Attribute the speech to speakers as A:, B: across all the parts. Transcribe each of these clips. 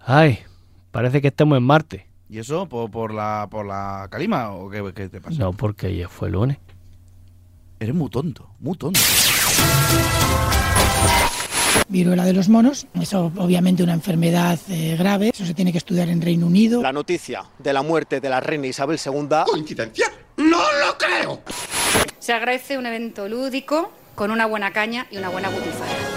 A: Ay, parece que estemos en Marte.
B: ¿Y eso por, por la por la calima o qué, qué te pasa?
A: No, porque ayer fue lunes.
B: Eres muy tonto, muy tonto.
C: Viruela de los monos, eso obviamente una enfermedad eh, grave, eso se tiene que estudiar en Reino Unido.
D: La noticia de la muerte de la reina Isabel II.
E: ¿Coincidencia? ¡No lo creo!
F: Se agradece un evento lúdico con una buena caña y una buena butifarra.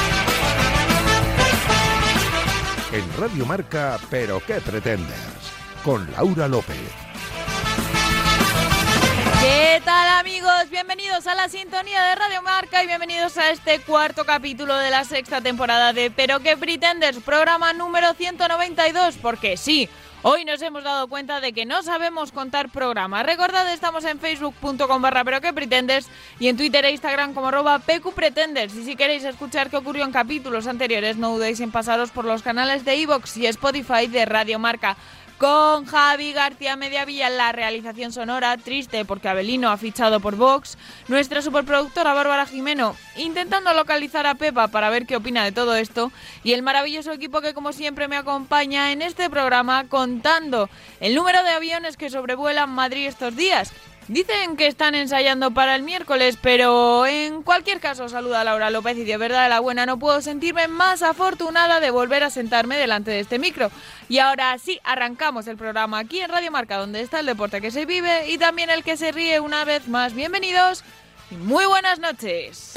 G: en Radio Marca Pero qué pretendes con Laura López.
H: ¿Qué tal amigos? Bienvenidos a la sintonía de Radio Marca y bienvenidos a este cuarto capítulo de la sexta temporada de Pero qué pretendes, programa número 192, porque sí. Hoy nos hemos dado cuenta de que no sabemos contar programas. Recordad, estamos en facebook.com barra pero que pretendes y en Twitter e Instagram como arroba pqpretenders. Y si queréis escuchar qué ocurrió en capítulos anteriores, no dudéis en pasaros por los canales de iVoox y Spotify de Radio Marca. Con Javi García Mediavilla en la realización sonora, triste porque Abelino ha fichado por Vox, nuestra superproductora Bárbara Jimeno intentando localizar a Pepa para ver qué opina de todo esto y el maravilloso equipo que como siempre me acompaña en este programa contando el número de aviones que sobrevuelan Madrid estos días. Dicen que están ensayando para el miércoles, pero en cualquier caso saluda a Laura López y de verdad de la buena no puedo sentirme más afortunada de volver a sentarme delante de este micro. Y ahora sí, arrancamos el programa aquí en Radio Marca, donde está el deporte que se vive y también el que se ríe una vez más. Bienvenidos y muy buenas noches.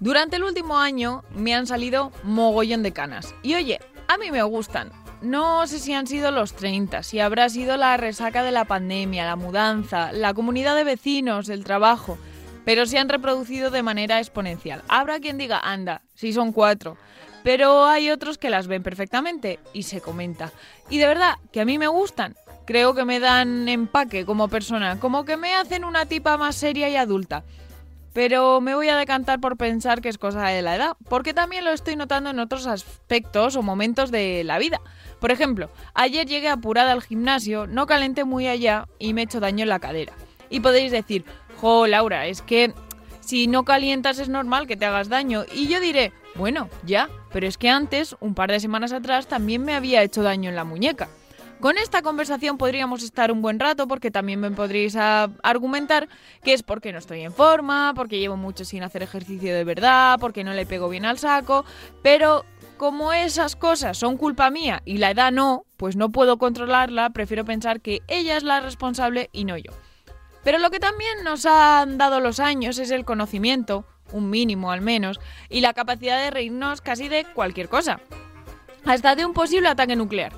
H: Durante el último año me han salido mogollón de canas. Y oye, a mí me gustan. No sé si han sido los 30, si habrá sido la resaca de la pandemia, la mudanza, la comunidad de vecinos, el trabajo, pero se han reproducido de manera exponencial. Habrá quien diga, anda, si son cuatro, pero hay otros que las ven perfectamente y se comenta. Y de verdad, que a mí me gustan. Creo que me dan empaque como persona, como que me hacen una tipa más seria y adulta pero me voy a decantar por pensar que es cosa de la edad, porque también lo estoy notando en otros aspectos o momentos de la vida. Por ejemplo, ayer llegué apurada al gimnasio, no calenté muy allá y me he hecho daño en la cadera. Y podéis decir, jo, Laura, es que si no calientas es normal que te hagas daño. Y yo diré, bueno, ya, pero es que antes, un par de semanas atrás, también me había hecho daño en la muñeca. Con esta conversación podríamos estar un buen rato porque también me podréis argumentar que es porque no estoy en forma, porque llevo mucho sin hacer ejercicio de verdad, porque no le pego bien al saco, pero como esas cosas son culpa mía y la edad no, pues no puedo controlarla, prefiero pensar que ella es la responsable y no yo. Pero lo que también nos han dado los años es el conocimiento, un mínimo al menos, y la capacidad de reírnos casi de cualquier cosa, hasta de un posible ataque nuclear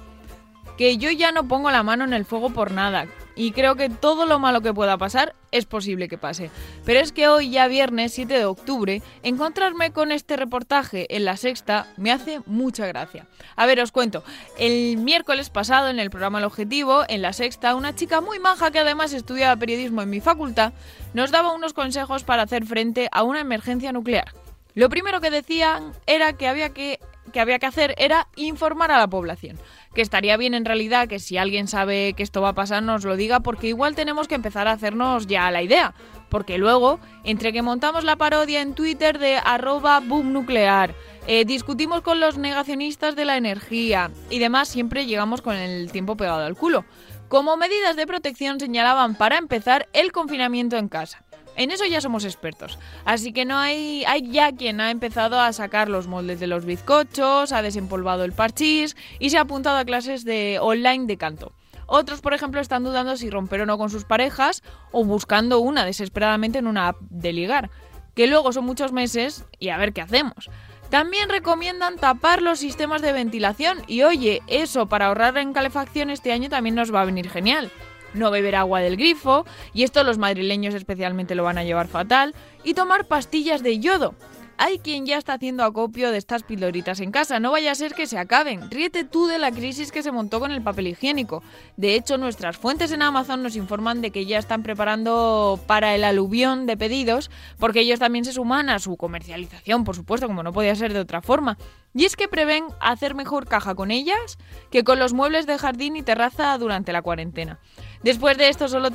H: que yo ya no pongo la mano en el fuego por nada y creo que todo lo malo que pueda pasar es posible que pase. Pero es que hoy, ya viernes 7 de octubre, encontrarme con este reportaje en la sexta me hace mucha gracia. A ver, os cuento. El miércoles pasado, en el programa El Objetivo, en la sexta, una chica muy maja que además estudiaba periodismo en mi facultad, nos daba unos consejos para hacer frente a una emergencia nuclear. Lo primero que decían era que había que que había que hacer era informar a la población. Que estaría bien en realidad que si alguien sabe que esto va a pasar nos lo diga porque igual tenemos que empezar a hacernos ya la idea. Porque luego, entre que montamos la parodia en Twitter de arroba boom nuclear, eh, discutimos con los negacionistas de la energía y demás, siempre llegamos con el tiempo pegado al culo. Como medidas de protección señalaban para empezar el confinamiento en casa. En eso ya somos expertos. Así que no hay, hay ya quien ha empezado a sacar los moldes de los bizcochos, ha desempolvado el parchís y se ha apuntado a clases de online de canto. Otros, por ejemplo, están dudando si romper o no con sus parejas o buscando una desesperadamente en una app de ligar, que luego son muchos meses y a ver qué hacemos. También recomiendan tapar los sistemas de ventilación y oye, eso para ahorrar en calefacción este año también nos va a venir genial. no beber agua del grifo, y esto los madrileños especialmente lo van a llevar fatal, y tomar pastillas de yodo. Hay quien ya está haciendo acopio de estas pildoritas en casa, no vaya a ser que se acaben. Ríete tú de la crisis que se montó con el papel higiénico. De hecho, nuestras fuentes en Amazon nos informan de que ya están preparando para el aluvión de pedidos, porque ellos también se suman a su comercialización, por supuesto, como no podía ser de otra forma. Y es que prevén hacer mejor caja con ellas que con los muebles de jardín y terraza durante la cuarentena. Después de esto solo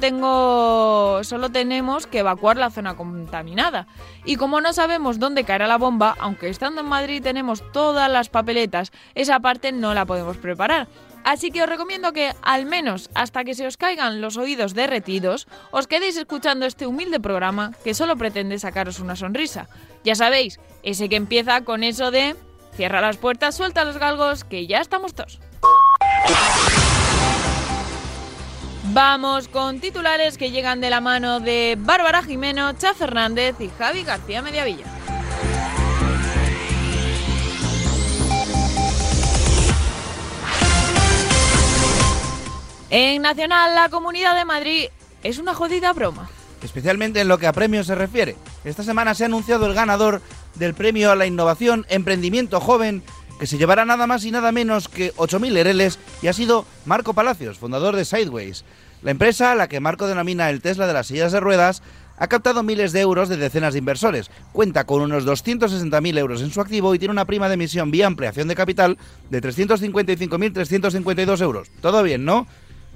H: tengo solo tenemos que evacuar la zona contaminada. Y como no sabemos dónde caerá la bomba, aunque estando en Madrid tenemos todas las papeletas, esa parte no la podemos preparar. Así que os recomiendo que, al menos hasta que se os caigan los oídos derretidos, os quedéis escuchando este humilde programa que solo pretende sacaros una sonrisa. Ya sabéis, ese que empieza con eso de cierra las puertas, suelta los galgos, que ya estamos todos. Vamos con titulares que llegan de la mano de Bárbara Jimeno, Cha Fernández y Javi García Mediavilla. En Nacional, la Comunidad de Madrid es una jodida broma.
B: especialmente en lo que a premios se refiere. Esta semana se ha anunciado el ganador del premio a la innovación Emprendimiento Joven, que se llevará nada más y nada menos que 8.000 ereles y ha sido Marco Palacios, fundador de Sideways. La empresa, a la que Marco denomina el Tesla de las sillas de ruedas, ha captado miles de euros de decenas de inversores, cuenta con unos 260.000 euros en su activo y tiene una prima de emisión vía ampliación de capital de 355.352 euros. Todo bien, ¿no?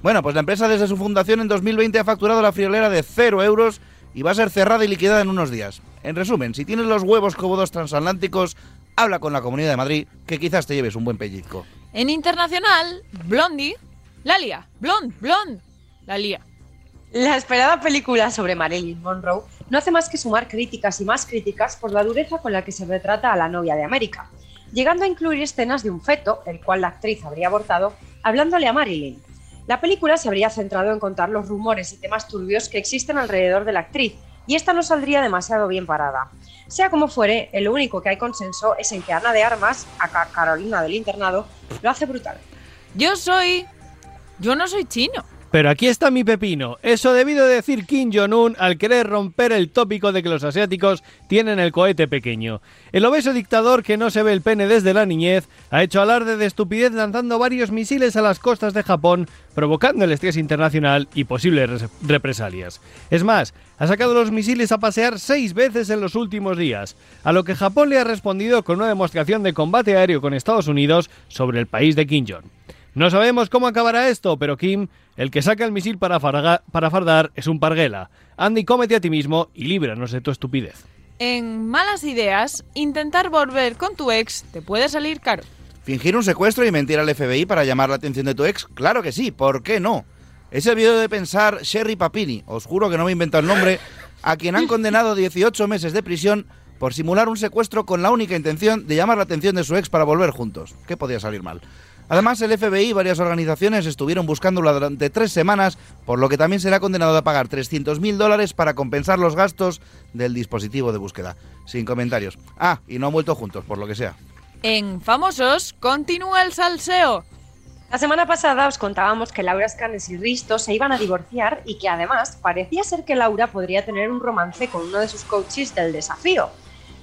B: Bueno, pues la empresa desde su fundación en 2020 ha facturado la friolera de 0 euros y va a ser cerrada y liquidada en unos días. En resumen, si tienes los huevos cómodos transatlánticos, habla con la Comunidad de Madrid, que quizás te lleves un buen pellizco.
H: En Internacional, Blondie, la lía. Blond, blond, la lía.
I: La esperada película sobre Marilyn Monroe no hace más que sumar críticas y más críticas por la dureza con la que se retrata a la novia de América, llegando a incluir escenas de un feto, el cual la actriz habría abortado, hablándole a Marilyn. La película se habría centrado en contar los rumores y temas turbios que existen alrededor de la actriz, y esta no saldría demasiado bien parada. Sea como fuere, el único que hay consenso es en que Ana de Armas, acá Carolina del internado, lo hace brutal.
H: Yo soy. Yo no soy chino.
A: Pero aquí está mi pepino. Eso debido de decir Kim Jong-un al querer romper el tópico de que los asiáticos tienen el cohete pequeño. El obeso dictador que no se ve el pene desde la niñez ha hecho alarde de estupidez lanzando varios misiles a las costas de Japón, provocando el estrés internacional y posibles res- represalias. Es más, ha sacado los misiles a pasear seis veces en los últimos días, a lo que Japón le ha respondido con una demostración de combate aéreo con Estados Unidos sobre el país de Kim Jong. No sabemos cómo acabará esto, pero Kim, el que saca el misil para, farga- para fardar, es un parguela. Andy, cómete a ti mismo y líbranos de tu estupidez.
H: En malas ideas, intentar volver con tu ex te puede salir caro.
B: ¿Fingir un secuestro y mentir al FBI para llamar la atención de tu ex? Claro que sí, ¿por qué no? Es el video de pensar Sherry Papini, os juro que no me invento el nombre, a quien han condenado a 18 meses de prisión por simular un secuestro con la única intención de llamar la atención de su ex para volver juntos. ¿Qué podía salir mal? Además, el FBI y varias organizaciones estuvieron buscándolo durante tres semanas, por lo que también será condenado a pagar 300.000 dólares para compensar los gastos del dispositivo de búsqueda. Sin comentarios. Ah, y no han vuelto juntos, por lo que sea.
H: En Famosos, continúa el salseo.
I: La semana pasada os contábamos que Laura Scanes y Risto se iban a divorciar y que además parecía ser que Laura podría tener un romance con uno de sus coaches del desafío.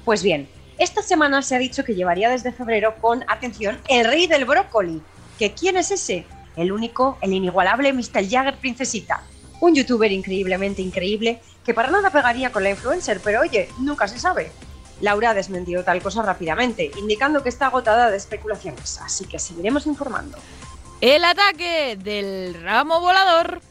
I: Pues bien, esta semana se ha dicho que llevaría desde febrero con, atención, el rey del brócoli. ¿Que quién es ese? El único, el inigualable Mr. Jagger Princesita. Un youtuber increíblemente increíble que para nada pegaría con la influencer, pero oye, nunca se sabe. Laura ha desmentido tal cosa rápidamente, indicando que está agotada de especulaciones, así que seguiremos informando.
H: El ataque del ramo volador.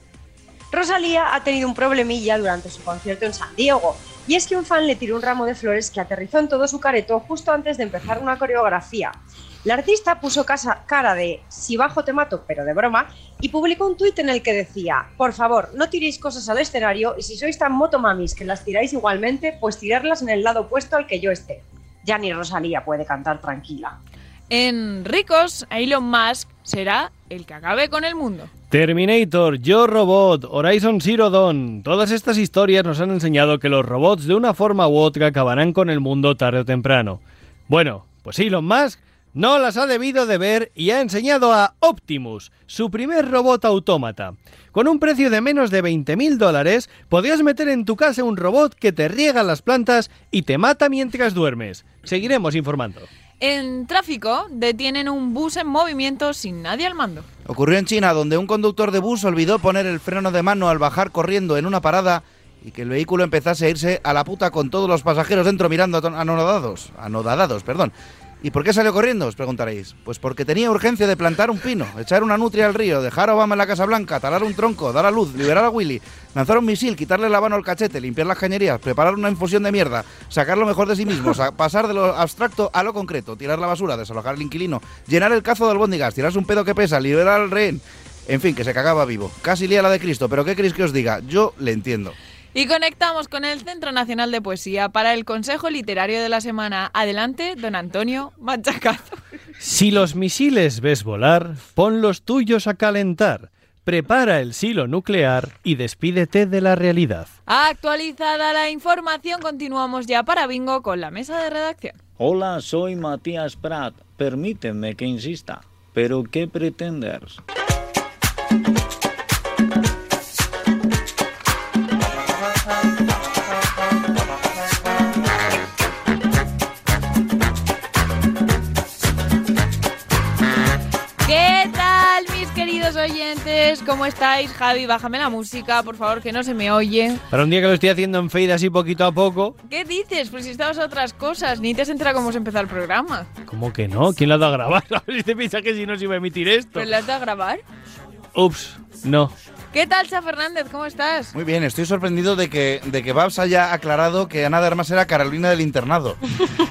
I: Rosalía ha tenido un problemilla durante su concierto en San Diego, y es que un fan le tiró un ramo de flores que aterrizó en todo su careto justo antes de empezar una coreografía. La artista puso casa- cara de si bajo te mato, pero de broma, y publicó un tuit en el que decía, por favor, no tiréis cosas al escenario y si sois tan motomamis que las tiráis igualmente, pues tirarlas en el lado opuesto al que yo esté. Ya ni Rosalía puede cantar tranquila.
H: En Ricos, Elon Musk será el que acabe con el mundo.
A: Terminator, Yo Robot, Horizon Zero Dawn, todas estas historias nos han enseñado que los robots de una forma u otra acabarán con el mundo tarde o temprano. Bueno, pues Elon Musk No las ha debido de ver y ha enseñado a Optimus, su primer robot autómata. Con un precio de menos de 20.000 dólares, podrías meter en tu casa un robot que te riega las plantas y te mata mientras duermes. Seguiremos informando.
H: En tráfico detienen un bus en movimiento sin nadie al mando.
B: Ocurrió en China, donde un conductor de bus olvidó poner el freno de mano al bajar corriendo en una parada y que el vehículo empezase a irse a la puta con todos los pasajeros dentro mirando aton- anodadados. Anodadados, perdón. ¿Y por qué salió corriendo? Os preguntaréis. Pues porque tenía urgencia de plantar un pino, echar una nutria al río, dejar a Obama en la Casa Blanca, talar un tronco, dar a luz, liberar a Willy, lanzar un misil, quitarle la mano al cachete, limpiar las cañerías, preparar una infusión de mierda, sacar lo mejor de sí mismo, sa- pasar de lo abstracto a lo concreto, tirar la basura, desalojar al inquilino, llenar el cazo de albóndigas, tirarse un pedo que pesa, liberar al rehén. En fin, que se cagaba vivo. Casi lía la de Cristo, pero ¿qué queréis que os diga? Yo le entiendo.
H: Y conectamos con el Centro Nacional de Poesía para el Consejo Literario de la Semana. Adelante, don Antonio Machacazo.
A: Si los misiles ves volar, pon los tuyos a calentar. Prepara el silo nuclear y despídete de la realidad.
H: Actualizada la información, continuamos ya para Bingo con la mesa de redacción.
J: Hola, soy Matías Prat. Permíteme que insista. ¿Pero qué pretendes?
H: ¿Qué tal, mis queridos oyentes? ¿Cómo estáis? Javi, bájame la música, por favor, que no se me oye.
A: Para un día que lo estoy haciendo en fade así poquito a poco.
H: ¿Qué dices? Pues si estabas a otras cosas, ni te has enterado cómo se empezó el programa.
A: ¿Cómo que no? ¿Quién la ha dado a grabar? A ver si te piensas que si no se iba a emitir esto.
H: ¿Pero le has dado a grabar?
A: Ups, no.
H: ¿Qué tal, Cha Fernández? ¿Cómo estás?
B: Muy bien, estoy sorprendido de que, de que Babs haya aclarado que Ana de Armas era Carolina del internado.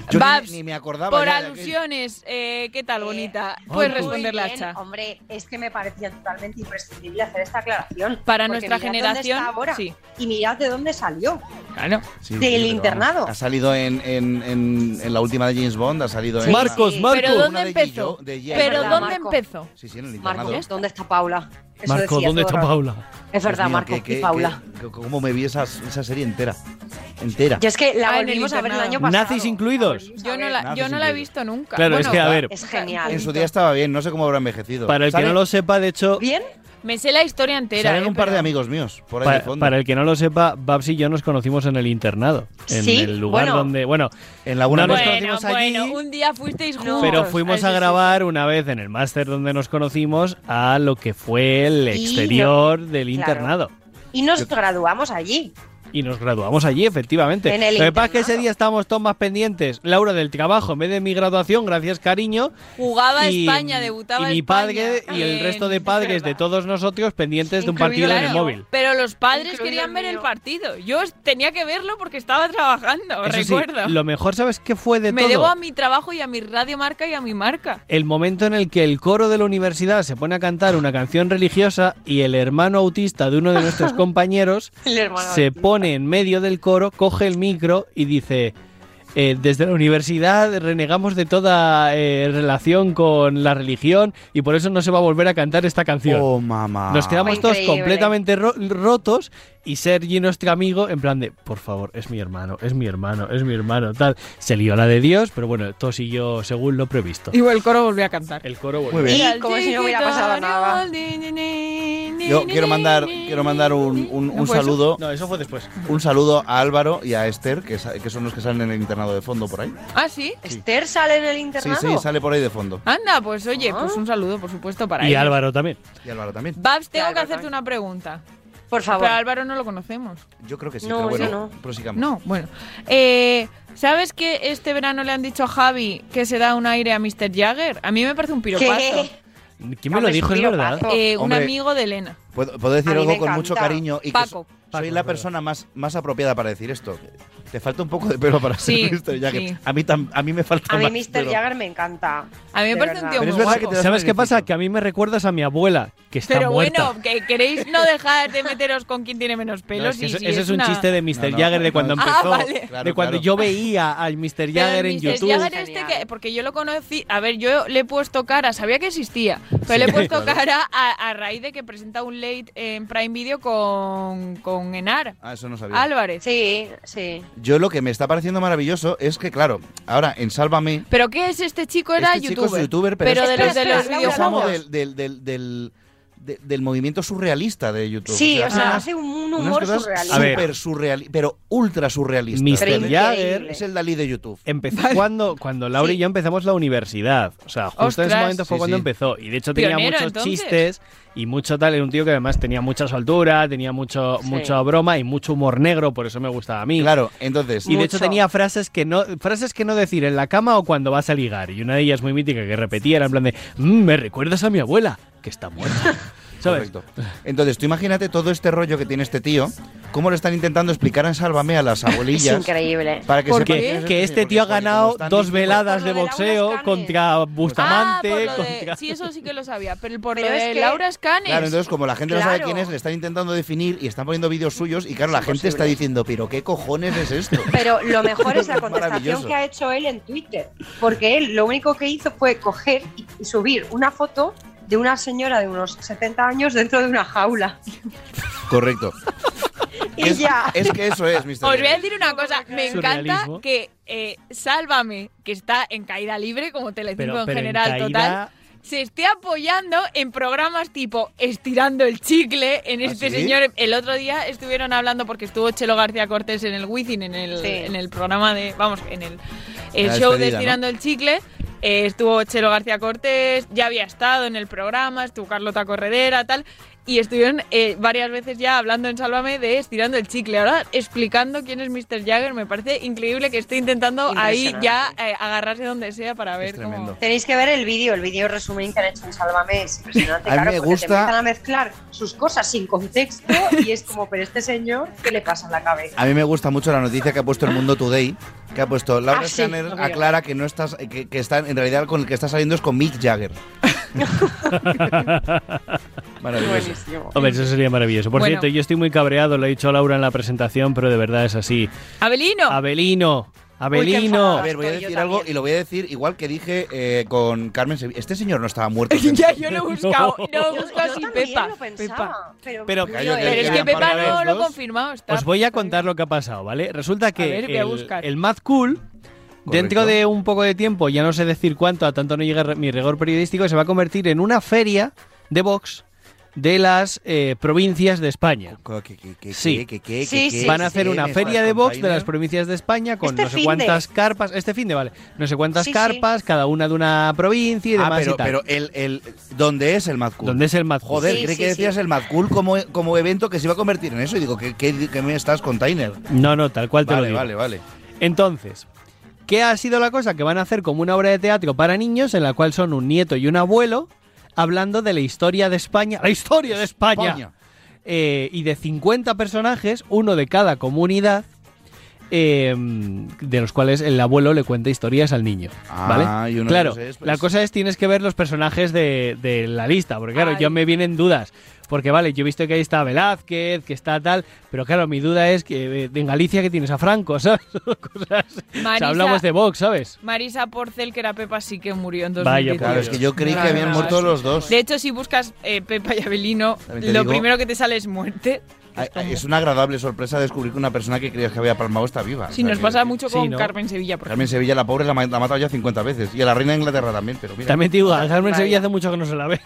B: Yo ni-
H: Babs,
B: ni, me acordaba.
H: Por
B: ya de aquello.
H: alusiones, eh, ¿qué tal, bonita? Puedes
I: Muy
H: responderle a
I: bien,
H: Cha.
I: Hombre, es que me parecía totalmente imprescindible hacer esta aclaración.
H: Para
I: porque mirad
H: nuestra
I: dónde
H: generación,
I: está ahora,
H: sí.
I: Y mirad de dónde salió.
H: Claro.
B: Sí,
I: Del
B: sí, pero
I: internado.
B: vamos, Ha salido en, en- en- en la última de James Bond, ha salido en.
A: Marcos, Marcos.
H: ¿Pero dónde
B: Una de
H: empezó?
B: Gillo- de Gillo.
H: ¿Pero
I: Es verdad,
H: dónde
I: Marco.
H: empezó?
B: Sí, sí, en el internado.
I: Marco, ¿dónde está Paula? Eso
A: Marco,
I: decía
A: ¿dónde
I: todo
A: está
I: el rato.
A: Paula?
I: Es
B: Dios
I: verdad,
B: mío,
I: Marco,
B: que- que-
I: y Paula.
B: que- ¿Cómo me vi esa, esa serie entera? Entera.
I: Yo es que
H: Ah, en
I: la
H: el
I: volvimos a ver el
H: internado.
I: año pasado.
A: Nazis incluidos.
H: Yo no la,
B: Nada,
H: yo no
B: sin
H: la he
B: miedo.
H: visto nunca.
A: Claro, es
H: Bueno,
A: que a ver,
I: Es genial.
B: En su día estaba bien, no sé cómo habrá envejecido.
A: para el que
B: Sale-
A: no lo sepa, de hecho,
I: ¿Bien?
H: me sé la historia entera.
B: salen
H: eh,
B: un par de
H: pero-
B: amigos míos por ahí de
A: para,
B: fondo.
A: para el que no lo sepa, Babs y yo nos conocimos en el internado. En
I: Sí,
A: el lugar
I: bueno.
A: donde. Bueno,
B: en la una
A: no nos
B: vez-
H: Bueno,
A: conocimos allí.
H: bueno, un día fuisteis juntos.
A: Pero fuimos
H: Eso
A: a
H: sí.
A: grabar una vez en el máster donde nos conocimos a lo que fue el
I: Y
A: exterior del
I: claro.
A: internado.
I: Y nos graduamos allí.
A: Y nos graduamos allí, efectivamente.
I: En el
A: lo que pasa es que
I: internado.
A: ese día estábamos todos más pendientes, Laura, del trabajo en vez de mi graduación, gracias cariño.
H: Jugaba
A: y,
H: España, debutaba
A: Y mi padre
H: España
A: y el
H: en-
A: resto de padres de todos nosotros pendientes de un partido
H: Incluido
A: en el
H: mío.
A: móvil.
H: Pero los padres
I: Incluido
H: querían
I: el
H: ver el
I: mío.
H: partido. Yo es- tenía que verlo porque estaba trabajando,
A: Eso sí,
H: recuerdo.
A: lo mejor, ¿sabes qué fue de
H: me
A: todo?
H: debo a mi trabajo y a mi radio marca y a mi marca.
A: el momento en el que el coro de la universidad se pone a cantar una canción religiosa y el hermano autista de uno de nuestros compañeros
I: El hermano.
A: se pone en medio del coro, coge el micro y dice, eh, desde la universidad renegamos de toda eh, relación con la religión y por eso no se va a volver a cantar esta canción.
B: Oh, mamá.
A: Nos quedamos todos
I: Increíble.
A: completamente ro- rotos y Sergi, nuestro amigo, en plan de, por favor, es mi hermano, es mi hermano, es mi hermano, tal. Se lió la de Dios, pero bueno, todo siguió según lo previsto.
H: Igual el coro volvió a cantar.
A: El coro
B: Muy bien.
I: Y como si no hubiera pasado nada.
B: Yo quiero mandar, quiero mandar un, un- un
H: No, pues,
B: saludo.
A: No, eso fue después.
B: Un saludo a Álvaro y a Esther, que, sa- que son los que salen en el internado de fondo por ahí.
H: Ah, sí.
I: ¿Esther sale en el
B: Sí,
I: internado?
B: sí, sale por ahí de fondo.
H: Anda, pues oye,
I: Ah.
H: pues un saludo, por supuesto, para
A: Y
H: ellos.
A: Álvaro también.
B: Y Álvaro también.
H: Babs,
I: Y
H: tengo que
I: Álvaro
H: hacerte
I: también.
H: una pregunta.
I: Por favor.
H: Pero a Álvaro no lo conocemos.
B: Yo creo que sí,
I: No,
B: pero
I: ese
B: bueno,
I: no.
B: prosigamos.
H: No, bueno. Eh, ¿Sabes que este verano le han dicho a Javi que se da un aire a Mr. Jagger? A mí me parece un piropazo.
I: ¿Qué?
A: ¿Quién me lo
I: Hombre,
A: dijo? Es
I: tío,
A: verdad.
I: Paco.
H: Eh, un
B: Hombre.
H: amigo de Elena.
B: Puedo, puedo decir
I: A mí
B: algo
I: me
B: con mucho
I: encanta.
B: cariño y que
H: Paco.
B: so- soy
A: Paco,
B: la
A: es
B: persona más, más apropiada para decir esto. Te falta un poco de pelo para
H: Sí,
B: ser Mr. Jagger.
H: sí.
B: A, mí tam- a mí me falta
I: A mí
B: más
I: Mr.
B: pelo.
I: Jagger me encanta.
H: A mí me
I: De
H: parece un
I: verdad.
H: tío
B: Pero es
H: muy
B: verdad que
H: guapo.
B: te da-
A: ¿Sabes qué
B: beneficio.
A: pasa? Que a mí me recuerdas a mi abuela, que está
H: Pero
A: muerta.
H: bueno, que queréis no dejar de meteros con quien tiene menos
A: No,
H: pelos.
A: es que
H: y
A: eso-
H: si
A: ese es un
H: una-
A: chiste de Mr.
B: No, no,
A: Jagger de
B: no,
A: cuando
B: no.
A: empezó,
H: Ah, vale.
A: de
B: Claro,
A: cuando
B: claro.
A: yo veía al Mr.
H: Pero
A: Jagger
H: el
A: en
H: Mr.
A: YouTube.
H: Jagger este que, porque yo lo conocí, a ver, yo le he puesto cara, sabía que existía, pero le he
A: Sí,
H: puesto
A: claro.
H: cara a, a raíz de que presenta un late en Prime Video con, con Enar
B: Ah, eso no sabía.
H: Álvarez. Sí, sí.
B: Yo lo que me está pareciendo maravilloso es que, claro, ahora en Sálvame
H: ¿pero qué es este chico? Era
B: Este
H: youtuber.
B: chico es youtuber, pero, es
H: de los de
B: espera,
H: los
B: espera, es como
H: videojuegos.
B: del, del, del, del, de- del movimiento surrealista de YouTube.
I: Sí, o sea,
B: unas-
I: hace un, un
B: Ah, unas
I: humor
B: cosas
I: surrealista.
B: Súper surreal, pero ultra surrealista.
A: Mr. Jagger
I: increíble.
B: es el Dalí de YouTube.
A: empezó cuando, cuando Laura y yo empezamos la universidad. O sea, justo en ese
H: Ostras.
A: momento fue
H: Sí,
A: cuando
H: sí.
A: empezó. Y de hecho tenía
H: Pionero,
A: muchos
H: entonces.
A: chistes y mucho tal. Era un tío que además tenía mucha soltura, tenía mucho,
H: Sí.
A: mucha broma y mucho humor negro, por eso me gustaba a mí.
B: Claro, entonces.
A: Y de hecho tenía frases que no frases que no decir en la cama o cuando vas a ligar. Y una de ellas muy mítica que repetía era en plan de "Mm, me recuerdas a mi abuela, que está muerta. ¿Sabes?
B: Correcto. Entonces, tú imagínate todo este rollo que tiene este tío, cómo lo están intentando explicar en Sálvame a las
I: Es
B: abuelillas.
I: increíble.
B: Para que
A: Porque
B: sepan quién es
A: que
B: tío,
A: este
B: porque
A: tío ha
B: como
A: ganado
B: están
A: dos
B: diciendo-
A: veladas de boxeo contra
B: Pues
H: Ah, por
A: Bustamante,
H: lo de-
A: contra
H: sí, eso sí que lo sabía, pero por
I: Pero
H: lo
I: es
H: de
I: que-
H: Laura Scanes.
B: Claro, entonces como la gente no sabe
H: Claro.
B: quién es, le están intentando definir y están poniendo vídeos suyos y claro, la gente está diciendo, pero ¿qué cojones es esto?
I: Pero lo mejor es la contestación
B: Maravilloso.
I: que ha hecho él en Twitter, porque él lo único que hizo fue coger y y subir una foto de una señora de unos 70 años dentro de una jaula.
B: Correcto.
I: Y
B: es,
I: ya. Pues
B: es que eso es, Mr.
H: Os voy a decir una cosa, me encanta
A: Surrealismo.
H: que eh, Sálvame, que está en caída libre, como Telecinco
A: Pero-
H: en
A: pero en
H: general,
A: caída-
H: total, se esté apoyando en programas tipo Estirando el chicle, en
B: ¿Ah,
H: este
B: sí?
H: señor. El otro día estuvieron hablando porque estuvo Chelo García Cortés en el Wizzing, en el,
I: Sí.
H: en el programa de, vamos, en el, el
I: La
H: show de
I: despedida, ¿no?
H: Estirando el chicle. eh, estuvo Chelo García Cortés, ya había estado en el programa, estuvo Carlota Corredera, tal. Y estuvieron eh, varias veces ya hablando en Sálvame de estirando el chicle. Ahora explicando quién es Mr. Jagger, me parece increíble que esté intentando ahí ya eh, agarrarse donde sea para ver cómo.
I: Tenéis que ver el vídeo, el vídeo resumen que han hecho en Sálvame, es impresionante.
B: A mí
I: claro,
B: me
I: porque te
B: gusta-
I: empiezan a mezclar sus cosas sin contexto y es como, pero este señor, ¿qué le pasa en la cabeza?
B: A mí me gusta mucho la noticia que ha puesto el Mundo Today, que ha puesto Laura
I: Ah, sí,
B: Scanner
I: lo veo.
B: aclara que no estás que, que está en realidad con el que está saliendo es con Mick Jagger. Ah, Maravilloso.
A: Hombre, eso sería maravilloso. Por
H: Bueno.
A: cierto, yo estoy muy cabreado, lo ha dicho Laura en la presentación, pero de verdad es así.
H: ¡Abelino!
A: Abelino, Abelino.
B: A ver, voy a decir algo y lo voy a decir igual que dije eh, con Carmen Sevilla. Este señor no estaba muerto.
H: ya yo lo he buscado.
A: No.
H: No, he buscado
I: Yo
H: sin
I: también
H: Pepa.
I: lo pensaba,
H: Pepa.
I: Pero,
A: Pero-
I: no
A: Callo,
I: es.
A: que-
H: Pero es
A: que
H: que
A: eran
H: Pepa no
A: paralelos
H: lo
A: dos.
H: ha confirmado. Está.
A: Os voy a contar lo que ha pasado, ¿vale? Resulta que
H: A ver, voy a
A: el-
H: buscar.
A: el, Mad Cool, dentro de un poco de tiempo, ya no sé decir cuánto, a tanto no llega re- mi rigor periodístico, se va a convertir en una feria de box de las eh, provincias de España. Sí.
I: Sí, sí,
A: Van a hacer
I: sí,
A: una
I: me
A: feria
B: jodas,
A: de box de
B: compañero.
A: las provincias de España con
I: Este
A: no sé
I: fin de.
A: cuántas carpas. Este fin de, vale. No sé cuántas
I: Sí, sí.
A: carpas, cada una de una provincia y demás.
B: Ah,
A: y
B: pero,
A: tal.
B: pero el, el, ¿dónde es el Mad Cool?
A: ¿Dónde es el Mad Cool?
B: Joder,
I: Sí,
B: creí
I: sí,
B: que
I: sí.
B: decías el Mad Cool como, como evento que se iba a convertir en eso. Y digo, ¿qué, qué, qué me estás, container?
A: No, no, tal cual te lo
B: Vale,
A: digo.
B: vale, vale.
A: Entonces, ¿qué ha sido la cosa? Que van a hacer como una obra de teatro para niños en la cual son un nieto y un abuelo hablando de la historia de España. ¡La historia de España!
B: España.
A: Eh, y de 50 personajes, uno de cada comunidad. eh, de los cuales el abuelo le cuenta historias al niño,
B: Ah,
A: ¿vale?
B: y uno de
A: claro,
B: ellos es, pues-
A: la cosa es tienes que ver los personajes de, de la lista, porque claro,
H: Ay.
A: yo me vienen dudas, porque vale, yo he visto que ahí está Velázquez, que está tal, pero claro, mi duda es que eh, en Galicia que tienes a Franco, ¿sabes? Cosas- o sea,
H: Marisa-
A: hablamos de Vox, ¿sabes?
H: Marisa Porcel, que era Pepa, sí que murió en
A: Vaya,
H: 2010.
B: Claro, es que yo creí que habían
H: Claro,
B: muerto
H: sí.
B: los dos.
H: De hecho, si buscas eh, Pepa y Abelino, lo
B: También te digo-
H: primero que te sale es muerte.
B: Ay, ay, Es una agradable sorpresa descubrir que una persona que creías que había palmado está viva.
H: Si
B: O sea,
H: nos
B: que-
H: pasa mucho
A: sí,
H: con
A: ¿no?
H: Carmen Sevilla, por
B: Carmen Sevilla, la pobre, la, ma- la ha matado ya 50 veces. Y a la reina de Inglaterra también, pero mira.
A: También te digo, a Carmen
H: Vaya.
A: Sevilla hace mucho que no se la ve.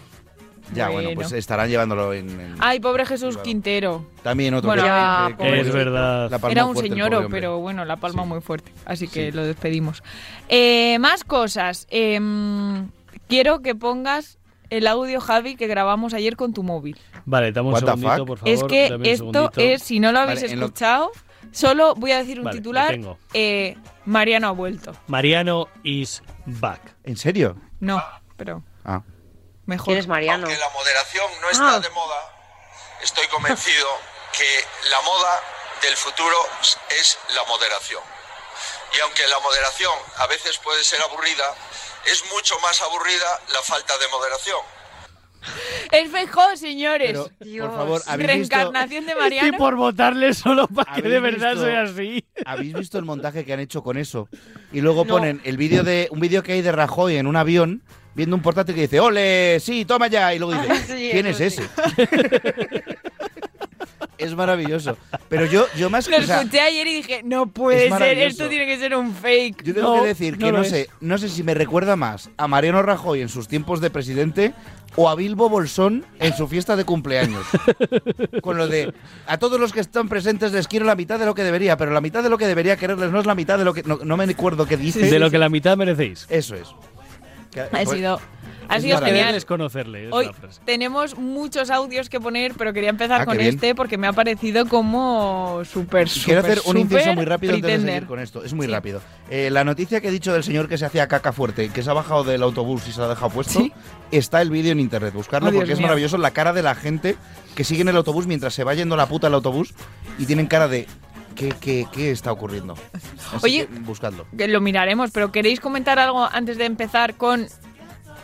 B: Ya, bueno,
H: Bueno.
B: pues estarán llevándolo en. en-
H: Ay, pobre Jesús
B: Claro.
H: Quintero.
B: También otro.
H: Bueno,
B: que-
H: ya,
B: que- que-
H: pobre.
A: Es
B: que-
A: verdad.
B: la palmó
H: Era un
B: fuerte el
H: señor,
B: pobre hombre.
H: pero bueno, la palma
B: Sí.
H: muy fuerte. Así que
B: Sí.
H: lo despedimos. Eh, más cosas. Em, quiero que pongas el audio, Javi, que grabamos ayer con tu móvil.
A: Vale, dame un
B: What the
A: segundito,
B: fuck?
A: por favor.
H: es que
A: dame un
H: esto
A: segundito.
H: es, si no lo habéis
B: Vale, en lo-
H: escuchado, solo voy a decir un
A: Vale, lo
H: titular.
A: tengo.
H: Eh, Mariano ha vuelto.
A: Mariano is back.
B: ¿En serio?
H: No, pero
B: Ah.
H: mejor.
I: ¿Quién es Mariano?
E: Aunque la moderación no está
I: Ah.
E: de moda, estoy convencido que la moda del futuro es la moderación. Y aunque la moderación a veces puede ser aburrida, es mucho más aburrida la falta de moderación.
H: Es Feijó, señores.
B: Pero, por Dios. favor, ¿habéis visto-
H: Reencarnación de Mariano.
A: Y por votarle solo para que
B: ¿Habéis
A: de verdad
B: visto-
A: sea así.
B: ¿Habéis visto el montaje que han hecho con eso? Y luego
A: No.
B: ponen el vídeo de un vídeo que hay de Rajoy en un avión viendo un portátil que dice, "Ole, sí, toma ya." Y luego
H: Ah,
B: dice,
K: Sí,
B: "¿Quién es
K: eso
B: ese?" es maravilloso. Pero yo yo más
H: Lo
B: que o sea,
H: escuché ayer y dije, no puede
B: es
H: ser,
B: maravilloso.
H: esto tiene que ser un fake.
B: yo tengo que decir que no sé, no sé si me recuerda más a Mariano Rajoy en sus tiempos de presidente o a Bilbo Bolsón en su fiesta de cumpleaños. Con lo de a todos los que están presentes les quiero la mitad de lo que debería, pero la mitad de lo que debería quererles no es la mitad de lo que no, no me acuerdo qué dice.
A: de lo que la mitad merecéis.
B: Eso es. Que-
H: Ha
B: pues-
H: sido, ha
A: Es
H: sido
A: más
H: genial.
A: quererles conocerle, es
H: Hoy
A: la frase.
H: tenemos muchos audios que poner, pero quería empezar
B: Ah,
H: con
B: qué bien.
H: este porque me ha parecido como súper, súper,
B: Quiero hacer un inciso
H: súper
B: muy rápido antes de
H: pretender.
B: seguir con esto. Es muy
H: Sí.
B: rápido. Eh, la noticia que he dicho del señor que se hacía caca fuerte y que se ha bajado del autobús y se lo ha dejado puesto, está el vídeo en internet. Buscarlo
H: Oh, Dios
B: porque es
H: mío.
B: maravilloso la cara de la gente que sigue en el autobús mientras se va yendo la puta el autobús y tienen cara de ¿qué, qué, qué está ocurriendo? Así
H: Oye.
B: que, buscadlo.
H: Que Lo miraremos, pero ¿queréis comentar algo antes de empezar con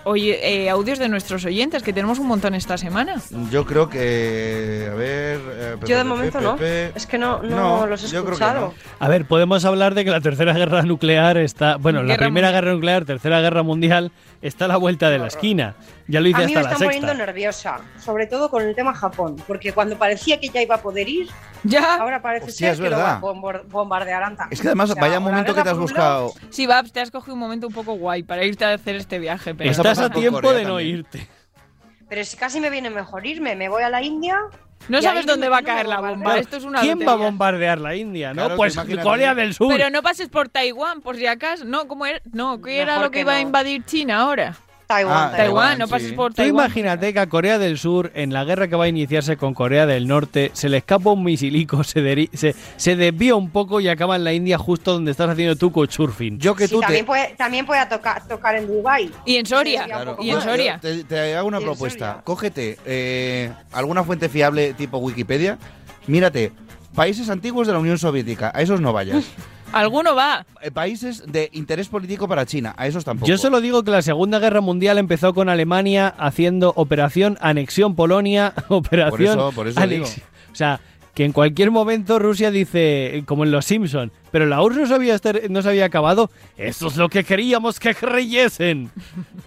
H: oye, eh, audios de nuestros oyentes? Que tenemos un montón esta semana.
B: Yo creo que. A ver. eh,
I: Yo de
B: Pepe,
I: momento no.
B: Pepe.
I: Es que no, no,
B: No,
I: los he
B: yo creo que
I: escuchado.
A: A ver, podemos hablar de que la tercera guerra nuclear está. Bueno, la
I: Guerra
A: primera guerra nuclear, tercera guerra mundial, está a la vuelta de la esquina. Ya lo hice
I: A mí me
A: hasta
I: están
A: la
I: poniendo
A: sexta.
I: nerviosa, sobre todo con el tema Japón, porque cuando parecía que ya iba a poder ir,
H: ya
I: ahora parece
B: Ah. Hostia,
I: ser
B: es
I: que lo
B: verdad.
I: bombar- bombardearán también.
B: Es que además,
I: O sea,
B: vaya
I: una
B: momento que
I: guerra
B: te has
I: por un
B: buscado.
H: Sí, Babs, te has cogido un momento un poco guay para irte a hacer este viaje. Pero
B: Eso
A: Estás
B: ha pasado
A: a
B: con
A: tiempo
B: Corea
A: de no
B: también.
A: irte.
I: Pero si casi me viene mejor irme, me voy a la India.
H: No
I: y
H: sabes
I: ahí
H: dónde
I: me-
H: va a
I: no me
H: caer la
I: bombardean.
H: bomba. Esto es una
A: ¿Quién va a
H: lotería.
A: bombardear la India?
B: Claro,
A: no,
B: tú
A: pues
B: imagínate.
A: Corea del Sur.
H: Pero no pases por Taiwán, por si acaso. No, ¿cómo era? No, ¿qué era
I: Mejor
H: lo que,
I: que
H: iba
I: no.
H: a invadir China ahora?
I: Taiwán,
B: Ah,
I: Taiwán.
H: Taiwán,
B: Taiwán,
H: no
B: sí.
H: pases por
A: Tú
H: Taiwán.
A: imagínate que a Corea del Sur, en la guerra que va a iniciarse con Corea del Norte, se le escapa un misilico, se, deri- se, se desvía un poco y acaba en la India justo donde estás haciendo tu cochsurfing.
B: Yo que
I: Sí,
B: tú te.
I: también, puede, también puede tocar, tocar en Dubai.
H: Y en Soria.
I: Claro.
H: Y en
B: Bueno,
H: Soria.
B: yo Te, te hago una
I: Y en
B: propuesta.
I: Soria.
B: Cógete eh, alguna fuente fiable tipo Wikipedia. Mírate, países antiguos de la Unión Soviética, a esos no vayas.
H: Alguno va.
B: Eh, países de interés político para China, a esos tampoco.
A: Yo solo digo que la Segunda Guerra Mundial empezó con Alemania haciendo operación anexión Polonia, operación
B: eso- por eso
A: anex-
B: digo.
A: O sea, que en cualquier momento Rusia dice, eh, como en Los Simpson, pero la URSS no, se había ester- no se había acabado. Eso es lo que queríamos que creyesen.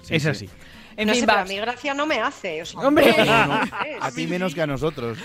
A: es así.
H: En
I: no
H: fin,
I: sé, pero a
H: Babs.
I: mí gracia no me hace. o sea,
H: Hombre.
I: no, no, no.
B: A ti menos que a nosotros.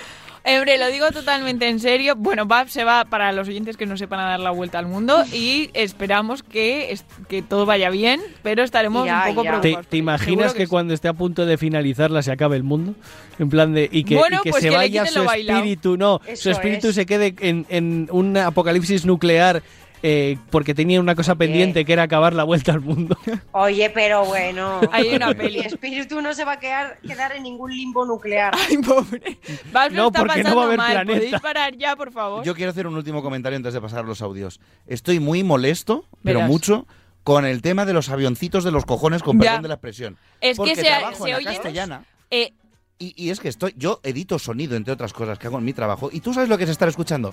H: Eh, Hombre, lo digo totalmente en serio. Bueno, Bab se va para los oyentes que no sepan a dar la vuelta al mundo y esperamos que, es- que todo vaya bien, pero estaremos
I: Ya,
H: un poco
I: ya.
A: ¿Te,
H: preocupados.
A: te imaginas
H: Seguro
A: que,
H: que sí.
A: cuando esté a punto de finalizarla se acabe el mundo? En plan de. Y que,
H: Bueno,
A: y que
H: pues
A: se
H: que le
A: vaya
H: quiten
A: su
H: lo bailao.
A: espíritu, no. su
I: Eso
A: espíritu
I: es.
A: se quede en, en un apocalipsis nuclear eh, porque tenía una cosa pendiente que era acabar la vuelta al mundo.
B: Pues
I: Oye, pero bueno.
H: Hay una
I: Mi
H: peli.
I: espíritu no se va a quedar, quedar en ningún limbo nuclear.
H: Ay, pobre. Babs lo
A: No,
H: está
A: porque no
H: pasando
A: va a haber
H: mal.
A: planeta.
H: ¿Podéis parar ya, por favor?
B: Yo quiero hacer un último comentario antes de pasar los audios. Estoy muy molesto, pero
H: Verás.
B: mucho, con el tema de los avioncitos de los cojones, con
H: Ya.
B: perdón de la expresión.
H: Es
B: Porque
H: que se,
B: trabajo
H: se
B: en la
H: oyen-
B: castellana.
H: eh,
B: Y, y es que estoy, yo edito sonido, entre otras cosas, que hago en mi trabajo. Y tú sabes lo que es estar escuchando.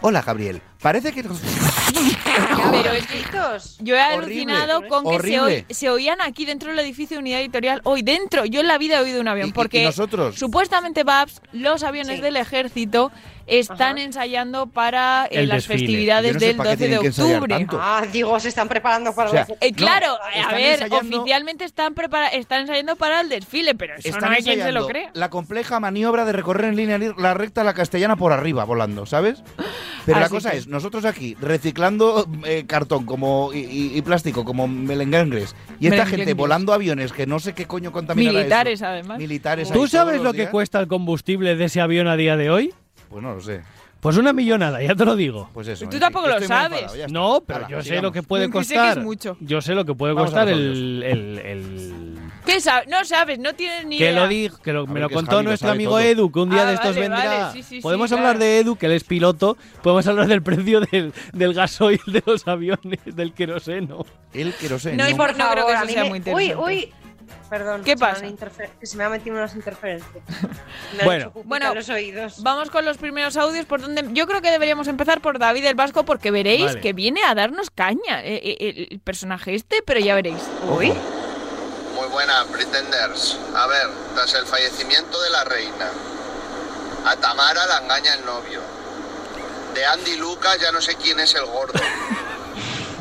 B: Hola, Gabriel. Parece que.
H: pero es que
I: Chicos,
H: yo he
B: Horrible.
H: alucinado con que se, oy-
B: Horrible.
H: se oían aquí dentro del edificio de unidad editorial. Hoy dentro, yo en la vida he oído un
B: Y-
H: avión.
B: y-
H: Porque
B: y nosotros.
H: supuestamente, Babs, los aviones
I: Sí.
H: del ejército están ensayando para eh,
A: El
H: las
A: desfile.
H: festividades
B: Yo no sé
H: del
B: para qué
H: 12 de
B: tienen que ensayar
H: octubre.
B: tanto.
I: Ah, digo, se están preparando para
B: O sea,
I: la-
H: Eh,
B: No,
H: claro, a
B: están
H: ver,
B: ensayando-
H: oficialmente están prepara están ensayando para el desfile, pero eso
B: Están
H: no hay quien se
B: ensayando
H: lo crea.
B: La compleja maniobra de recorrer en línea li- la recta de la castellana por arriba, volando, ¿sabes? Pero la
H: Así
B: cosa
H: que-
B: es, nosotros aquí, reciclando eh, cartón como y, y- y plástico, como melengangres, y esta
H: Melengangres.
B: gente volando aviones que no sé qué coño contaminará eso.
H: Militares, además.
B: Militares. ahí
A: ¿Tú
B: todos
A: sabes
B: los
A: lo que
B: días.
A: cuesta el combustible de ese avión a día de hoy?
B: Pues no lo sé.
A: Pues una millonada, ya te lo digo.
B: Pues eso.
H: Tú
B: en fin,
H: tampoco
B: que
H: lo
B: estoy muy enfadado,
H: sabes.
B: ya está.
A: No, pero
B: Hala,
A: yo sé
B: sigamos.
A: lo que puede
H: Yo sé que es
A: costar.
H: mucho.
A: Yo sé lo que puede
B: Vamos a
A: costar
B: los
A: el, el- el-
H: ¿Qué sab- No sabes, no tienes ni
A: Que
H: idea.
A: lo dijo, que lo-
B: A
A: me
B: ver,
A: lo
B: que es
A: contó
B: Javi, lo
A: nuestro
B: sabe
A: amigo
B: todo.
A: Edu, que un día
H: Ah,
A: de estos
H: vale,
A: vendrá.
H: vale, sí, sí, sí,
A: podemos hablar
H: claro.
A: de Edu, que él es piloto, podemos hablar del precio del, del gasoil de los aviones, del queroseno.
B: El queroseno.
H: No, y por- creo que eso
I: a mí
H: sea
I: me-
H: muy
I: Uy,
H: interesante.
I: uy. Perdón,
H: ¿Qué
I: se me han
H: pasa?
I: interfer- que se me han metido unas interferencias. Me
A: Bueno.
I: han hecho pupita
H: Bueno.
I: los oídos.
H: Vamos con los primeros audios por donde yo creo que deberíamos empezar por David el Vasco porque veréis
A: Vale.
H: que viene a darnos caña eh, eh, el personaje este, pero ya veréis.
I: Uy.
E: Muy buena, Pretenders. A ver, tras el fallecimiento de la reina, a Tamara la engaña el novio. De Andy Luca ya no sé quién es el gordo.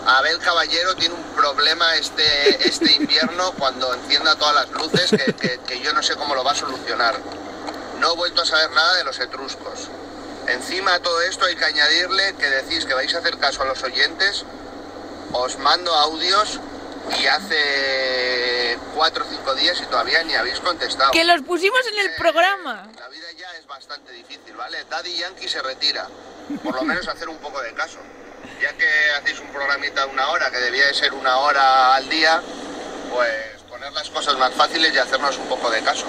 E: Abel Caballero tiene un problema este, este invierno cuando encienda todas las luces que, que- que yo no sé cómo lo va a solucionar. No he vuelto a saber nada de los etruscos. Encima a todo esto hay que añadirle que decís que vais a hacer caso a los oyentes. Os mando audios y hace cuatro o cinco días y todavía ni habéis contestado.
H: Que los pusimos en el programa.
E: bastante difícil, ¿vale? Daddy Yankee se retira. Por lo menos hacer un poco de caso. Ya que hacéis un programita de una hora, que debía de ser una hora al día, pues poner las cosas más fáciles y hacernos un poco de caso.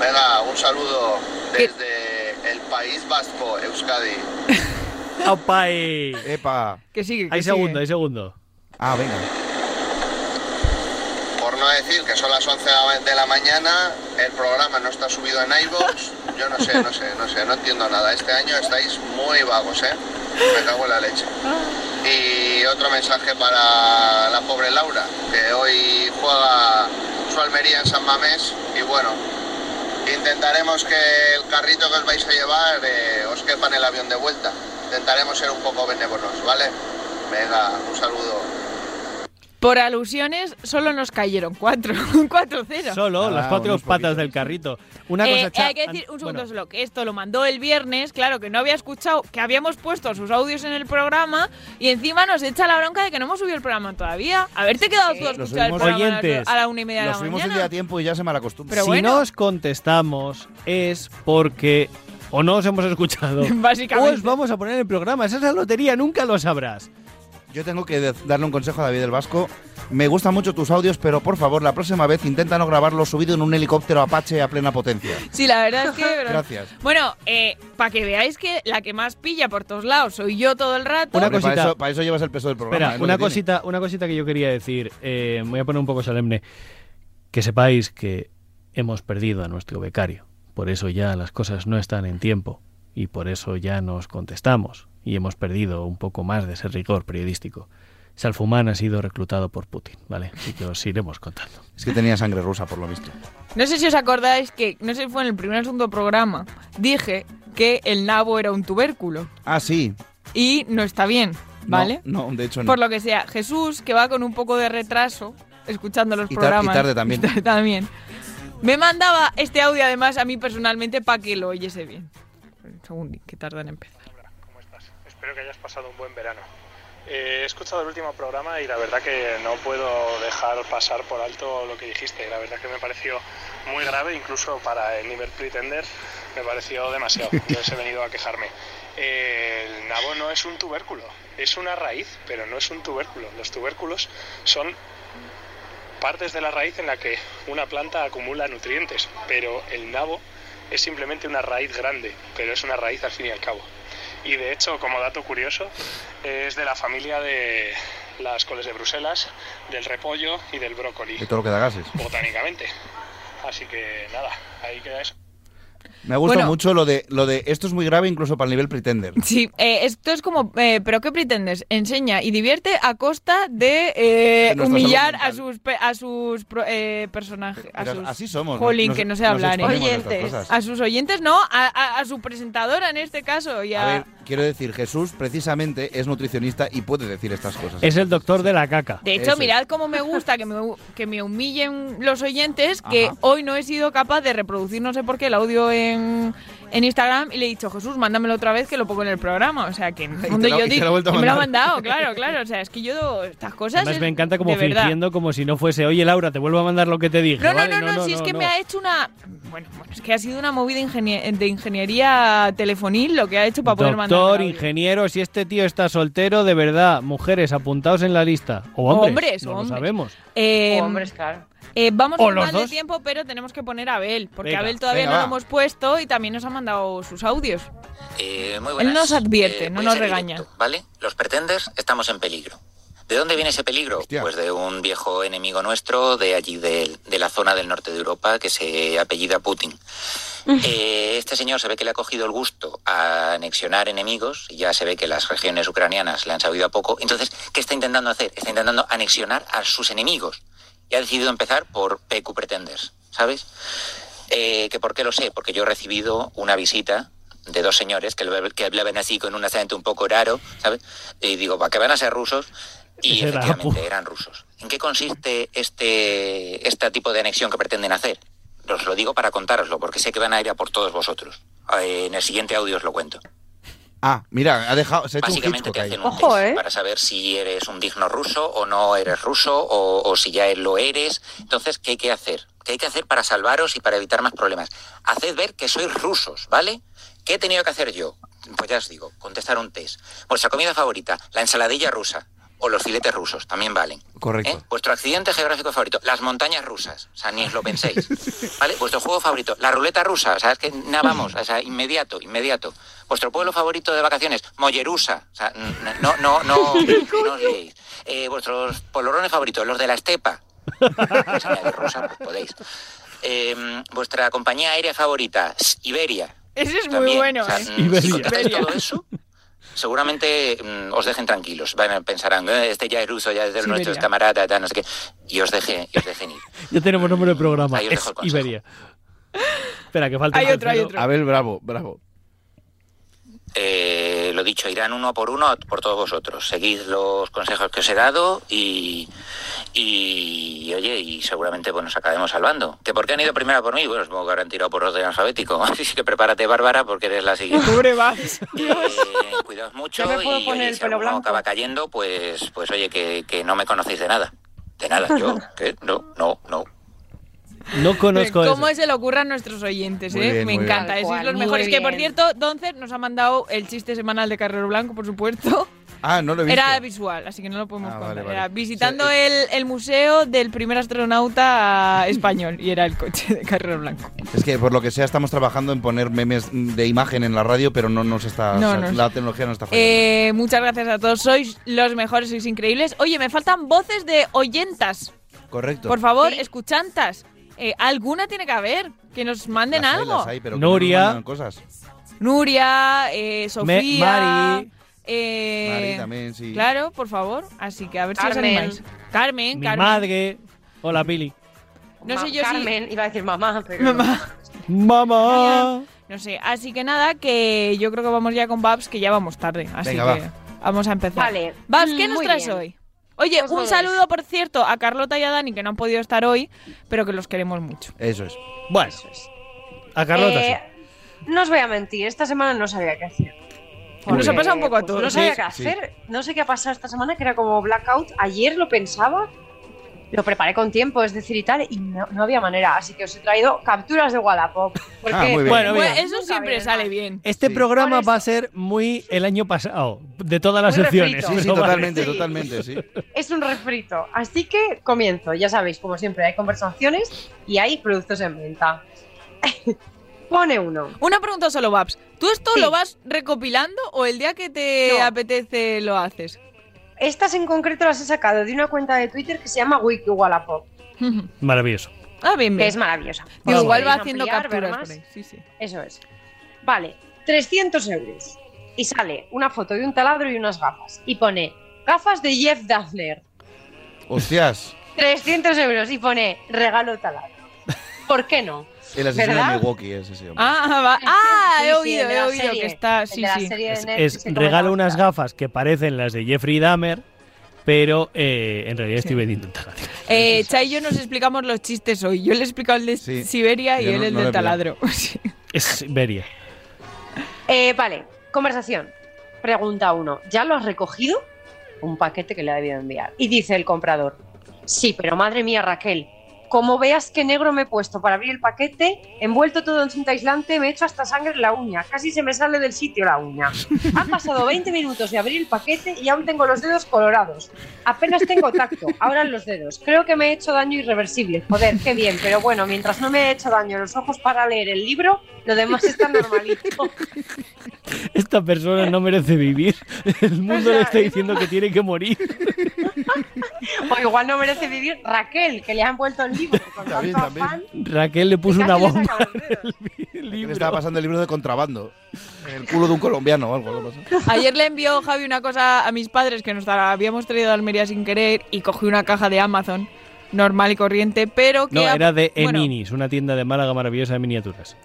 E: Venga, un saludo desde el País Vasco, Euskadi.
B: eh.
A: ¡Aupai!
B: ¡Epa!
H: Que sigue.
A: Hay segundo, hay segundo.
B: Ah, venga.
E: Por no decir que son las 11 de la mañana, el programa no está subido en iVoox. Yo no sé, no sé, no sé, no entiendo nada. Este año estáis muy vagos, ¿eh? Me cago en la leche. Y otro mensaje para la pobre Laura, que hoy juega su Almería en San Mamés. Y bueno, intentaremos que el carrito que os vais a llevar eh, os quepa en el avión de vuelta. Intentaremos ser un poco benévolos, ¿vale? Venga, un saludo.
H: Por alusiones, solo nos cayeron cuatro. 4-0.
A: Solo las
B: Ah,
A: cuatro
B: unos
A: patas del carrito. Una
H: Eh,
A: cosa, Cha-
H: hay que decir un segundo
A: bueno.
H: solo que esto lo mandó el viernes, claro que no había escuchado que habíamos puesto sus audios en el programa y encima nos echa la bronca de que no hemos subido el programa todavía. Haberte quedado tú a
B: Lo
H: escuchar el
B: subimos-
H: programa a las
A: Oyentes.
H: do- a la una y media de
B: Lo
H: la
B: subimos
H: mañana.
B: el día a tiempo y ya se me la costumbre.
H: Pero
A: si
H: bueno.
A: no os contestamos es porque o no os hemos escuchado
H: Básicamente.
A: o os vamos a poner en el programa. Esa es la lotería, nunca lo sabrás.
B: Yo tengo que de- darle un consejo a David del Vasco. Me gustan mucho tus audios, pero por favor, la próxima vez intenta no grabarlos subido en un helicóptero Apache a plena potencia.
H: Sí, la verdad es que. pero-
B: Gracias.
H: Bueno, para que veáis que la que más pilla por todos lados soy yo todo el rato.
A: Una
B: Hombre,
A: cosita.
B: Para eso, para eso llevas el peso del programa.
A: Espera,
B: es lo
A: una
B: que tiene.
A: cosita, una cosita que yo quería decir. eh, me voy a poner un poco solemne. Que sepáis que hemos perdido a nuestro becario. Por eso ya las cosas no están en tiempo. Y por eso ya nos contestamos. Y hemos perdido un poco más de ese rigor periodístico. Salfumán ha sido reclutado por Putin, ¿vale? Así que os iremos contando.
B: Es que tenía sangre rusa, por lo visto.
H: No sé si os acordáis que, no sé si fue en el primer asunto programa, dije que el nabo era un tubérculo
B: Ah, sí.
H: y no está bien,
B: No,
H: ¿vale?
B: No, de hecho no.
H: Por lo que sea, Jesús, que va con un poco de retraso, escuchando los
B: Y tar- y
H: programas.
B: tarde también.
H: también. Me mandaba este audio además a mí personalmente para que lo oyese bien. Un segundo, que tardan en empezar.
K: Espero que hayas pasado un buen verano. Eh, he escuchado el último programa y la verdad que no puedo dejar pasar por alto lo que dijiste. La verdad que me pareció muy grave, incluso para el nivel pretender, me pareció demasiado. Yo os he venido a quejarme. Eh, el nabo no es un tubérculo, es una raíz, pero no es un tubérculo. Los tubérculos son partes de la raíz en la que una planta acumula nutrientes, pero el nabo es simplemente una raíz grande, pero es una raíz al fin y al cabo. Y de hecho, como dato curioso, es de la familia de las coles de Bruselas, del repollo y del brócoli.
B: De todo lo que da gases.
K: Botánicamente. Así que nada, ahí queda eso.
B: Me gusta
H: Bueno.
B: mucho lo de, lo de esto es muy grave incluso para el nivel pretender.
H: Sí, eh, esto es como, eh, ¿pero qué pretendes? Enseña y divierte a costa de eh,
B: De nuestra salud
H: humillar a
B: mental.
H: sus, pe- a sus pro- eh, personajes. a
B: Pero
H: sus-
B: así somos.
H: Jolín,
B: nos-
H: que no sé
B: nos
H: hablar, ¿eh?
B: exponemos a estas cosas.
H: A sus oyentes no, a, a- a su presentadora en este caso. Y
B: A
H: a-
B: ver, quiero decir, Jesús precisamente es nutricionista y puede decir estas cosas.
A: Es el doctor de la caca.
H: De hecho, mirad cómo me gusta que me, hu- que me humillen los oyentes, que
A: Ajá.
H: hoy no he sido capaz de reproducir, no sé por qué, el audio en, en Instagram y le he dicho, Jesús, mándamelo otra vez que lo pongo en el programa. O sea, que en el fondo
B: lo-
H: yo
B: y te
H: di-
B: lo he vuelto a
H: y me lo ha
B: mandar.
H: mandado, claro, claro. O sea, es que yo estas cosas...
A: Además
H: es
A: me encanta como
H: de verdad.
A: fingiendo como si no fuese, oye Laura, te vuelvo a mandar lo que te dije.
H: No, no,
A: ¿vale?
H: no, no, si es que
A: no.
H: me ha hecho una... Bueno, bueno, es que ha sido una movida ingenie- de ingeniería telefonil lo que ha hecho para poder mandar...
A: Doctor, ingeniero, si este tío está soltero, de verdad, mujeres, apuntaos en la lista. O hombres,
H: Hombres,
A: no
H: hombres.
A: lo sabemos.
I: oh,
H: hombres, claro. Eh, vamos
A: O
H: a
A: los
H: mal de
A: dos.
H: tiempo, pero tenemos que poner a Abel, porque
A: Venga,
H: Abel todavía
A: venga,
H: no
A: va.
H: lo hemos puesto y también nos ha mandado sus audios.
L: Eh, muy
H: Él
L: buenas.
H: nos advierte,
L: Eh,
H: no
L: voy a
H: nos
L: ser
H: regaña.
L: directo, ¿Vale? Los pretenders estamos en peligro. ¿De dónde viene ese peligro? Pues de un viejo enemigo nuestro de allí, del- de, la zona del norte de Europa, que se apellida Putin. Eh, este señor se ve que le ha cogido el gusto a anexionar enemigos, y ya se ve que las regiones ucranianas le han sabido a poco. Entonces, ¿qué está intentando hacer? Está intentando anexionar a sus enemigos. y ha decidido empezar por PQ Pretenders, ¿sabes? Eh, que por qué lo sé, porque yo he recibido una visita de dos señores que, lo- que hablaban así con un acento un poco raro, ¿sabes? Y digo, ¿para qué van a ser rusos? Y
M: Ese era
L: efectivamente
M: Apu.
L: eran rusos. ¿En qué consiste este, este tipo de anexión que pretenden hacer? Os lo digo para contároslo, porque sé que van a ir a por todos vosotros. Eh, En el siguiente audio os lo cuento.
B: Ah, mira, ha dejado. Se ha hecho un
L: Básicamente
B: Hitchcock
L: te
B: ahí.
L: hacen un test para saber si eres un digno ruso o no eres ruso o, o si ya lo eres. Entonces, ¿qué hay que hacer? ¿Qué hay que hacer para salvaros y para evitar más problemas? Haced ver que sois rusos, ¿vale? ¿Qué he tenido que hacer yo? Pues ya os digo, contestar un test. Vuestra comida favorita, la ensaladilla rusa o los filetes rusos, también valen.
B: Correcto.
L: ¿Eh? Vuestro accidente geográfico favorito, las montañas rusas, o sea, ni os lo penséis. ¿Vale? Vuestro juego favorito, la ruleta rusa, o sea, es que nada, vamos, o sea, inmediato, inmediato. Vuestro pueblo favorito de vacaciones, Mollerusa, o sea, n- n- no, no, Oh, no, no os liéis. Eh, vuestros polvorones favoritos, los de la estepa, Eh, ¿Queréis añadir rusa, pues podéis. Eh, vuestra compañía aérea favorita, Iberia.
H: Ese es muy
L: También,
H: bueno,
L: o sea,
H: ¿eh?
L: mm, si
H: Iberia.
L: contestáis
H: Iberia.
L: todo eso, seguramente mm, os dejen tranquilos. Van a- pensarán, "Eh, este ya es ruso, ya es de
A: Sí,
L: nuestros
A: Iberia.
L: camaradas, tal, no sé qué. Y os, deje, y os dejen ir.
A: Ya tenemos nombre de programa.
L: Ahí os dejo
A: Es
L: el consejo.
A: Iberia. Espera, que falta
H: Hay
A: el
H: otro, hay
A: tercero.
H: otro.
B: Abel, bravo, bravo.
L: Eh, lo dicho, irán uno por uno por todos vosotros. Seguid los consejos que os he dado y, y oye, y seguramente pues, nos acabemos salvando. ¿Que ¿Por qué han ido primero por mí? Bueno, supongo que habrán tirado por orden alfabético. Así que prepárate, Bárbara, porque eres la siguiente.
H: Pobre Babs.
L: Eh, cuidaos mucho
I: Ya me
L: y
I: puedo poner
L: oye,
I: el
L: si
I: pelo
L: alguno
I: blanco.
L: acaba cayendo, pues, pues oye, que, que no me conocéis de nada. De nada, yo, ¿qué? No, no, no.
A: No conozco eso.
H: ¿Cómo se le ocurran nuestros oyentes?
A: Muy
H: eh?
A: bien,
H: Me
A: muy
H: encanta,
A: bien.
H: es
A: Tal
H: los
A: cual,
H: mejores.
A: muy
H: Que por
A: bien.
H: cierto, Doncer nos ha mandado el chiste semanal de Carrero Blanco, por supuesto.
B: Ah, no lo he visto.
H: Era visual, así que no lo podemos
B: Ah,
H: contar.
B: vale, vale.
H: Era visitando el, el museo del primer astronauta español y era el coche de Carrero Blanco.
B: Es que por lo que sea estamos trabajando en poner memes de imagen en la radio, pero no nos está.
H: No,
B: o sea,
H: no
B: la tecnología no está fallando.
H: Eh, muchas gracias a todos, sois los mejores, sois increíbles. Oye, me faltan voces de oyentas.
B: Correcto.
H: Por favor, escuchantas. Eh, alguna tiene que haber, que nos manden
B: Las hay,
H: algo.
B: las hay, pero que
A: Nuria.
B: no nos mandan cosas.
H: Nuria, eh, Sofía,
A: Mari.
H: eh,
B: Mari también, sí.
H: Claro, por favor. Así que a ver
I: Carmen.
H: si os animáis. Carmen,
A: Mi
H: Carmen.
A: madre. Hola, Pili.
H: No sé
I: Ma-
H: yo si-
I: Carmen, iba a decir mamá, pero.
A: Mamá.
H: No sé. Así que nada, que yo creo que vamos ya con Babs, que ya vamos tarde. Así
A: Venga,
H: que
A: va.
H: vamos a empezar.
I: Vale.
H: Babs, ¿qué
I: Mm,
H: nos
I: muy
H: traes
I: bien.
H: hoy? Oye,
I: Pues
H: un
I: veréis.
H: saludo, por cierto, a Carlota y a Dani, que no han podido estar hoy, pero que los queremos mucho.
B: Eso es.
A: Bueno. A Carlota. sí.
I: Eh, no os voy a mentir, esta semana no sabía qué hacer.
H: Muy Nos ha bien. pasado un poco a
I: pues,
H: todos.
I: No sabía
H: Sí,
I: qué
H: sí.
I: hacer, no sé qué ha pasado esta semana, que era como blackout. Ayer lo pensaba, lo preparé con tiempo, es decir, y tal, y no, no había manera. Así que os he traído capturas de Wallapop. Porque
A: Ah, muy bien. Bueno, mira.
H: Pues eso siempre sale bien.
A: Este programa va a ser muy el año pasado, de todas las
I: Muy
A: secciones.
I: refrito. Sí, sí,
A: pero vale.
B: totalmente, totalmente, sí.
I: es un refrito. Así que comienzo, ya sabéis, como siempre, hay conversaciones y hay productos en venta. Pone uno.
H: Una pregunta solo, Babs. ¿Tú esto
I: Sí.
H: lo vas recopilando o el día que te
I: No.
H: apetece lo haces?
I: Estas en concreto las he sacado de una cuenta de Twitter que se llama Wiki Wallapop,
A: Maravilloso.
H: Ah, bien,
I: que
H: bien.
I: es maravillosa.
H: Digo,
I: Si
H: igual va
I: queréis
H: haciendo
I: ampliar, ver
H: capturas
I: más,
H: por ahí. Sí, sí.
I: Eso es. Vale, 300 euros. Y sale una foto de un taladro y unas gafas. Y pone gafas de Jeff Dahler.
B: Hostias,
I: 300 euros. Y pone regalo taladro. ¿Por qué no?
B: el asesino
I: ¿Verdad?
B: de Milwaukee es ese hombre.
H: Ah, va- ah,
I: Sí,
H: he
I: sí,
H: oído,
I: el de
H: he
I: la
H: oído
I: serie,
H: que está.
I: el
H: Sí,
I: de la
H: sí.
I: serie de Netflix
A: Es
I: que
A: regala
I: comentaba.
A: unas gafas que parecen las de Jeffrey Dahmer, pero eh, en realidad estoy vendiendo un taladro.
H: Eh, Chay y yo nos explicamos los chistes hoy. Yo le he explicado el de Siberia y
A: yo
H: él
A: no-
H: el
A: no lo
H: del
A: he pillado.
H: taladro. Sí.
A: Es veria.
I: Eh, vale, conversación. Pregunta uno. ¿Ya lo has recogido? Un paquete que le ha debido enviar. Y dice el comprador. Sí, pero madre mía, Raquel. Como veas qué negro me he puesto para abrir el paquete, envuelto todo en cinta aislante, me he hecho hasta sangre en la uña. Casi se me sale del sitio la uña. Han pasado 20 minutos de abrir el paquete y aún tengo los dedos colorados. Apenas tengo tacto, ahora en los dedos. Creo que me he hecho daño irreversible. Joder, qué bien, pero bueno, mientras no me he hecho daño en los ojos para leer el libro, lo demás está normalito.
A: Esta persona no merece vivir. El mundo
I: sea,
A: le está diciendo que tiene que morir.
I: O igual no merece vivir Raquel, que le han vuelto el libro con
B: También,
I: tanto
B: también.
I: afán.
A: Raquel le puso una
I: Casi le
A: bomba.
B: Le estaba pasando el libro de contrabando. En el culo de un colombiano o algo. ¿no pasa?
H: Ayer le envió Javi una cosa a mis padres que nos la habíamos traído de Almería sin querer y cogí una caja de Amazon normal y corriente, pero que...
A: No,
H: ha-
A: era de
H: bueno,
A: Eminis, una tienda de Málaga maravillosa de miniaturas.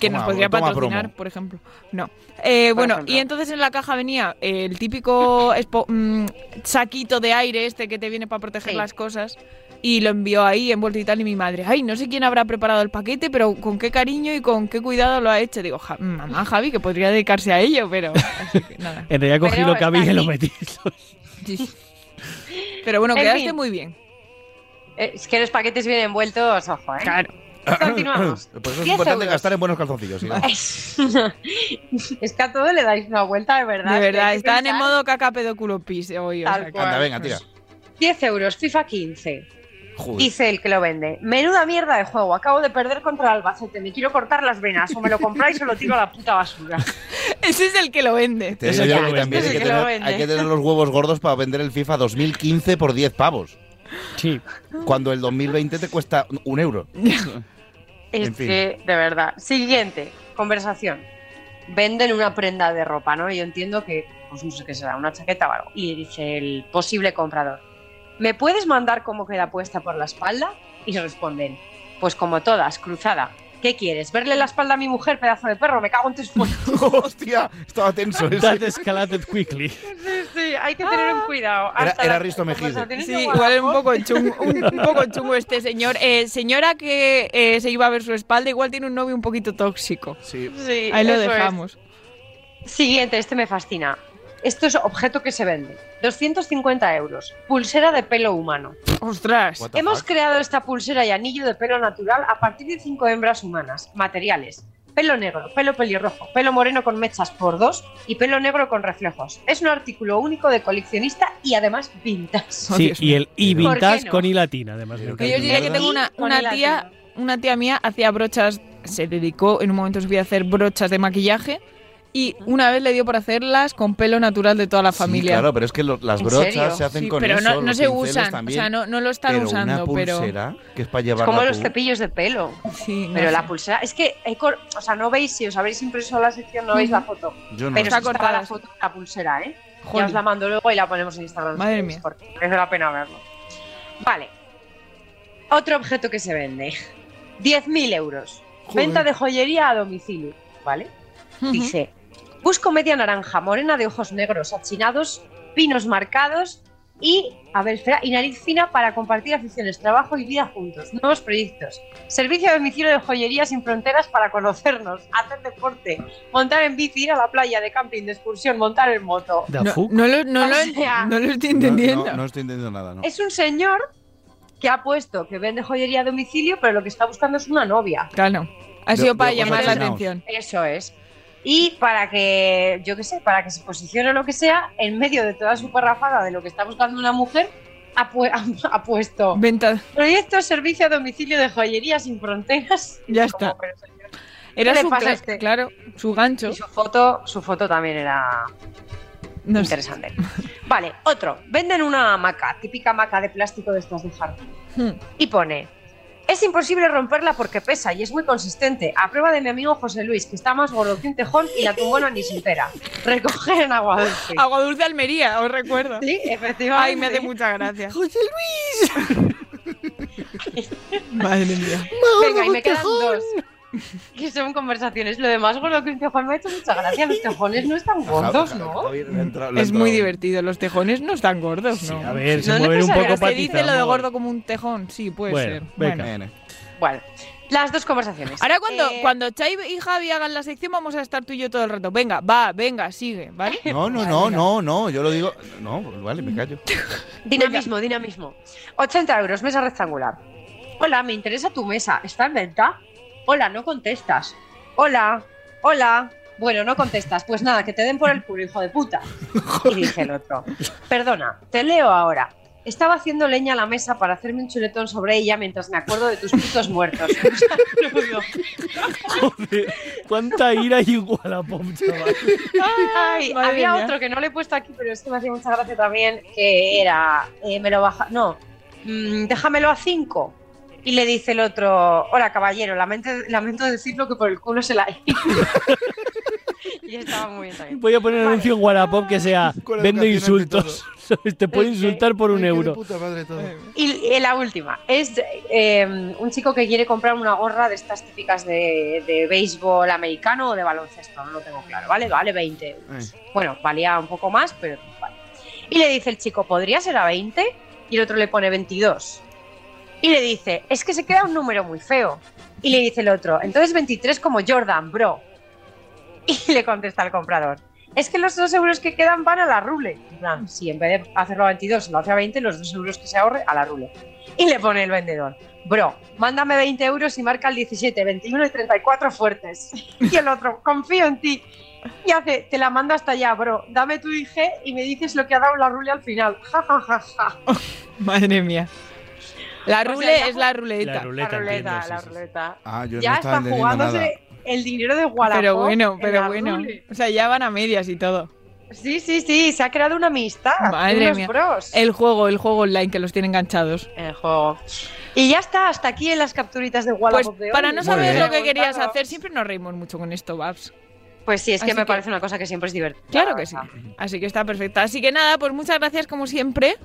H: que
A: Toma,
H: nos podría
A: toma
H: patrocinar,
A: promo.
H: por ejemplo. No. Eh, bueno, y entonces en la caja venía el típico espo- mm, saquito de aire este que te viene para proteger las cosas. Y lo envió ahí envuelto y tal. Y mi madre, ay, no sé quién habrá preparado el paquete, pero con qué cariño y con qué cuidado lo ha hecho. Digo, "Ja- mamá, Javi, que podría dedicarse a ello, pero.
A: En realidad cogí
H: Pero
A: lo que había y
H: está
A: lo
H: aquí.
A: metí.
H: pero bueno,
I: En
H: quedaste
I: fin.
H: muy bien.
I: Eh, Es que los paquetes vienen envueltos, ojo, ¿eh?
H: Claro.
I: Continuamos.
B: Por eso Pues es
I: 10
B: importante
I: euros.
B: gastar en buenos calzoncillos. ¿sí?
I: Es... es que a todo le dais una vuelta, de verdad.
H: De verdad,
I: Hay que
H: están en
I: pensar.
H: modo caca pedo culo pis hoy. o
I: Tal
H: sea que-
I: cual.
B: Anda, venga, tira.
I: 10 euros, FIFA 15.
B: Joder.
I: Dice el que lo vende. Menuda mierda de juego. Acabo de perder contra el Albacete. Me quiero cortar las venas. O me lo compráis o lo tiro a la puta basura.
H: Ese es el que lo vende.
B: Te digo yo que también
H: Ese
B: hay
H: es el
B: que,
H: que lo
B: tener,
H: vende.
B: hay que tener los huevos gordos para vender el FIFA 2015 por 10 pavos.
A: Sí.
B: Cuando el 2020 te cuesta un euro.
I: Es
B: En fin.
I: que, de verdad. Siguiente conversación. Venden una prenda de ropa, ¿no? Yo entiendo que, pues no sé qué será, una chaqueta o algo. Y dice el posible comprador: ¿Me puedes mandar cómo queda puesta por la espalda? Y se responden: Pues como todas, cruzada. ¿Qué quieres? ¿Verle la espalda a mi mujer, pedazo de perro? Me cago en tus muertos.
B: ¡Hostia! Estaba tenso ese.
A: That escalated quickly.
I: Sí, sí, hay que tener un cuidado.
B: Era,
I: Hasta
B: era
I: las
B: Risto Mejide.
I: conversaciones
H: Sí,
I: de
H: igual es un poco chungo, un, un poco chungo este señor. Eh, señora que eh, se iba a ver su espalda, igual tiene un novio un poquito tóxico.
B: Sí.
I: Sí,
H: Ahí lo
I: eso es.
H: dejamos.
I: Siguiente, este me fascina. Esto es objeto que se vende. 250 euros. Pulsera de pelo humano.
H: Ostras.
B: What the
I: Hemos
B: fuck?
I: creado esta pulsera y anillo de pelo natural a partir de cinco hembras humanas. Materiales. Pelo negro, pelo pelirrojo, pelo moreno con mechas por dos y pelo negro con reflejos. Es un artículo único de coleccionista y además vintage.
A: Sí, y el y
I: ¿Por qué
A: vintage
I: no?
A: con i latina, además. creo
H: Que
A: que
H: yo
A: es
H: os diría que
A: mierda.
H: tengo una,
I: Y con el
H: una tía, una tía mía hacía brochas, se dedicó en un momento se voy a hacer brochas de maquillaje y una vez le dio por hacerlas con pelo natural de toda la
B: Sí,
H: familia.
B: claro, pero es que lo- las
I: ¿En
B: brochas
I: serio?
B: se hacen
H: Sí,
B: con
H: pero
B: eso,
H: no, no
B: los
H: se
B: pinceles
H: usan,
B: también.
H: o sea, no, no lo están
B: pero
H: usando,
B: una pulsera que es para
I: Es
B: llevarla
I: como los
B: tú.
I: cepillos de pelo.
H: pero sí, no
I: Pero la
H: sé.
I: pulsera, es que hay cor- o sea, no veis, si os habéis impreso la sección, no veis la foto.
B: Yo no.
I: Pero
H: Está
I: está cortada
H: cortada,
I: la foto de la pulsera, ¿eh?
H: Jolín.
I: Ya os la mando luego y la ponemos en Instagram.
H: Madre
I: si queréis,
H: mía.
I: Porque merece la pena verlo. Vale. Otro objeto que se vende. 10.000 euros.
B: Joder.
I: Venta de joyería a domicilio, ¿vale? Dice, busco media naranja, morena de ojos negros, achinados, pinos marcados y, a ver, espera, y nariz fina para compartir aficiones, trabajo y vida juntos, nuevos proyectos. Servicio a domicilio de joyería sin fronteras para conocernos, hacer deporte, montar en bici, ir a la playa de camping, de excursión, montar en moto.
A: Da
H: No,
A: fuck.
H: no lo, no
I: O
H: lo-
I: sea-
H: no lo estoy
B: No,
H: entendiendo.
B: No, no estoy entendiendo nada, ¿no?
I: Es un señor que ha puesto que vende joyería a domicilio, pero lo que está buscando es una novia.
H: Claro. Ha
B: De-
H: sido para
B: de ojos
H: llamar la
B: achinaos.
H: atención.
I: Eso es. Y para que, yo qué sé, para que se posicione lo que sea, en medio de toda su parrafada de lo que está buscando una mujer, ha, pu- ha- ha puesto
H: Venta.
I: proyecto servicio a domicilio de joyería sin fronteras.
H: Ya
I: Es como,
H: está.
I: pero señor.
H: Era
I: ¿Qué le
H: su,
I: pasa a
H: cla-
I: este?
H: claro, su gancho.
I: Y su foto, su foto también era
H: No sé.
I: interesante. Vale, otro. Venden una hamaca, típica hamaca de plástico de estas de jardín.
H: Hmm.
I: Y pone, es imposible romperla porque pesa y es muy consistente, a prueba de mi amigo José Luis, que está más gordo que un tejón y la tumbona ni se entera. Recoger en agua dulce.
H: Agua Dulce Almería, os recuerdo.
I: Sí, efectivamente.
H: Ay, me hace mucha gracia.
A: José
H: Madre mía.
I: Venga, y me quedan dos. Que son conversaciones. Lo demás gordo que un tejón me ha hecho mucha gracia. Los tejones no están gordos,
B: pues,
I: ¿no?
B: Javier, le ha entrado- le ha
H: Es muy
B: entrado.
H: divertido. Los tejones no están gordos, ¿no?
A: A ver,
I: No
A: se
I: le
A: mueven un
I: pasa
A: poco
I: nada,
H: Se
I: patita,
H: dice lo de
A: amor.
H: gordo como un tejón. Sí, puede ser. Bueno.
A: Bueno, venga.
B: Bueno.
I: Bueno, las dos conversaciones.
H: Ahora cuando,
I: Eh,
H: cuando Chai y Javi hagan la sección vamos a estar tú y yo todo el rato. Venga, va, venga, sigue, ¿vale?
B: No, no, no, no, no, yo lo digo. No, pues vale, me callo.
I: Dinamismo, dinamismo. 80 euros, mesa rectangular. Hola, me interesa tu mesa. ¿Está en venta? Hola, no contestas. Hola, hola. Bueno, no contestas. Pues nada, que te den por el culo, hijo de puta. Y dice el otro. Perdona, te leo ahora. Estaba haciendo leña a la mesa para hacerme un chuletón sobre ella mientras me acuerdo de tus putos muertos. Un saludo.
A: Joder, cuánta ira y igual a Pop, chaval.
I: Ay,
H: Madre
I: había
H: mía.
I: otro que no le he puesto aquí, pero es que me hacía mucha gracia también, que era, eh, me lo baja, no, mm, déjamelo a 5. Y le dice el otro, hola caballero, lamento, lamento decirlo que por el culo se la... Y estaba muy bien también.
A: Voy a poner un anuncio en Wallapop que sea
I: Con
A: vendo
I: educación ante
A: insultos. ¿Sabes? Te puedo
I: Es que-
A: insultar por un euro.
I: Y eh, la última es eh, un chico que quiere comprar una gorra de estas típicas de, de béisbol americano o de baloncesto, no lo tengo claro, ¿vale? Vale 20 euros. Bueno, valía un poco más, pero vale. Y le dice el chico, ¿podría ser a 20? Y el otro le pone 22. Y le dice, es que se queda un número muy feo. Y le dice el otro, entonces 23 como Jordan, bro. Y le contesta al comprador, es que los dos euros que quedan van a la rule. En plan, Sí, en vez de hacerlo a 22, lo hace a 20, los dos euros que se ahorre a la rule. Y le pone el vendedor, bro, mándame 20 euros y marca el 17, 21 y 34 fuertes. Y el otro, confío en ti. Y hace, te la mando hasta allá, bro, dame tu IG y me dices lo que ha dado la rule al final. Ja, ja, ja, ja.
H: Madre mía. La
I: sea,
H: rule
I: ya-
H: es la ruleta.
A: La ruleta,
I: La ruleta,
A: entiendo, sí,
I: la
A: sí, sí.
I: ruleta.
B: Ah, yo
I: ya
B: no estaba
I: está
B: entendiendo
I: jugándose
B: nada.
I: el dinero de Wallapop.
H: Pero bueno,
I: en
H: pero
I: la
H: bueno.
I: rule.
H: O sea, ya van a medias y todo.
I: Sí, sí, sí, se ha creado una amistad.
H: Madre
I: unos
H: mía.
I: Bros.
H: El juego, el juego online que los tiene enganchados.
I: El juego. Y ya está, hasta aquí en las capturitas de
H: Pues
I: Wallapop de hoy.
H: para no
I: Muy
H: saber
I: bien.
H: lo que querías hacer, siempre nos reímos mucho con esto, Babs.
I: Pues sí, es que
H: Así
I: me
H: que-
I: parece una cosa que siempre es divertida.
H: Claro que sí.
I: Ah.
H: Así que está perfecta. Así que nada, pues muchas gracias como siempre.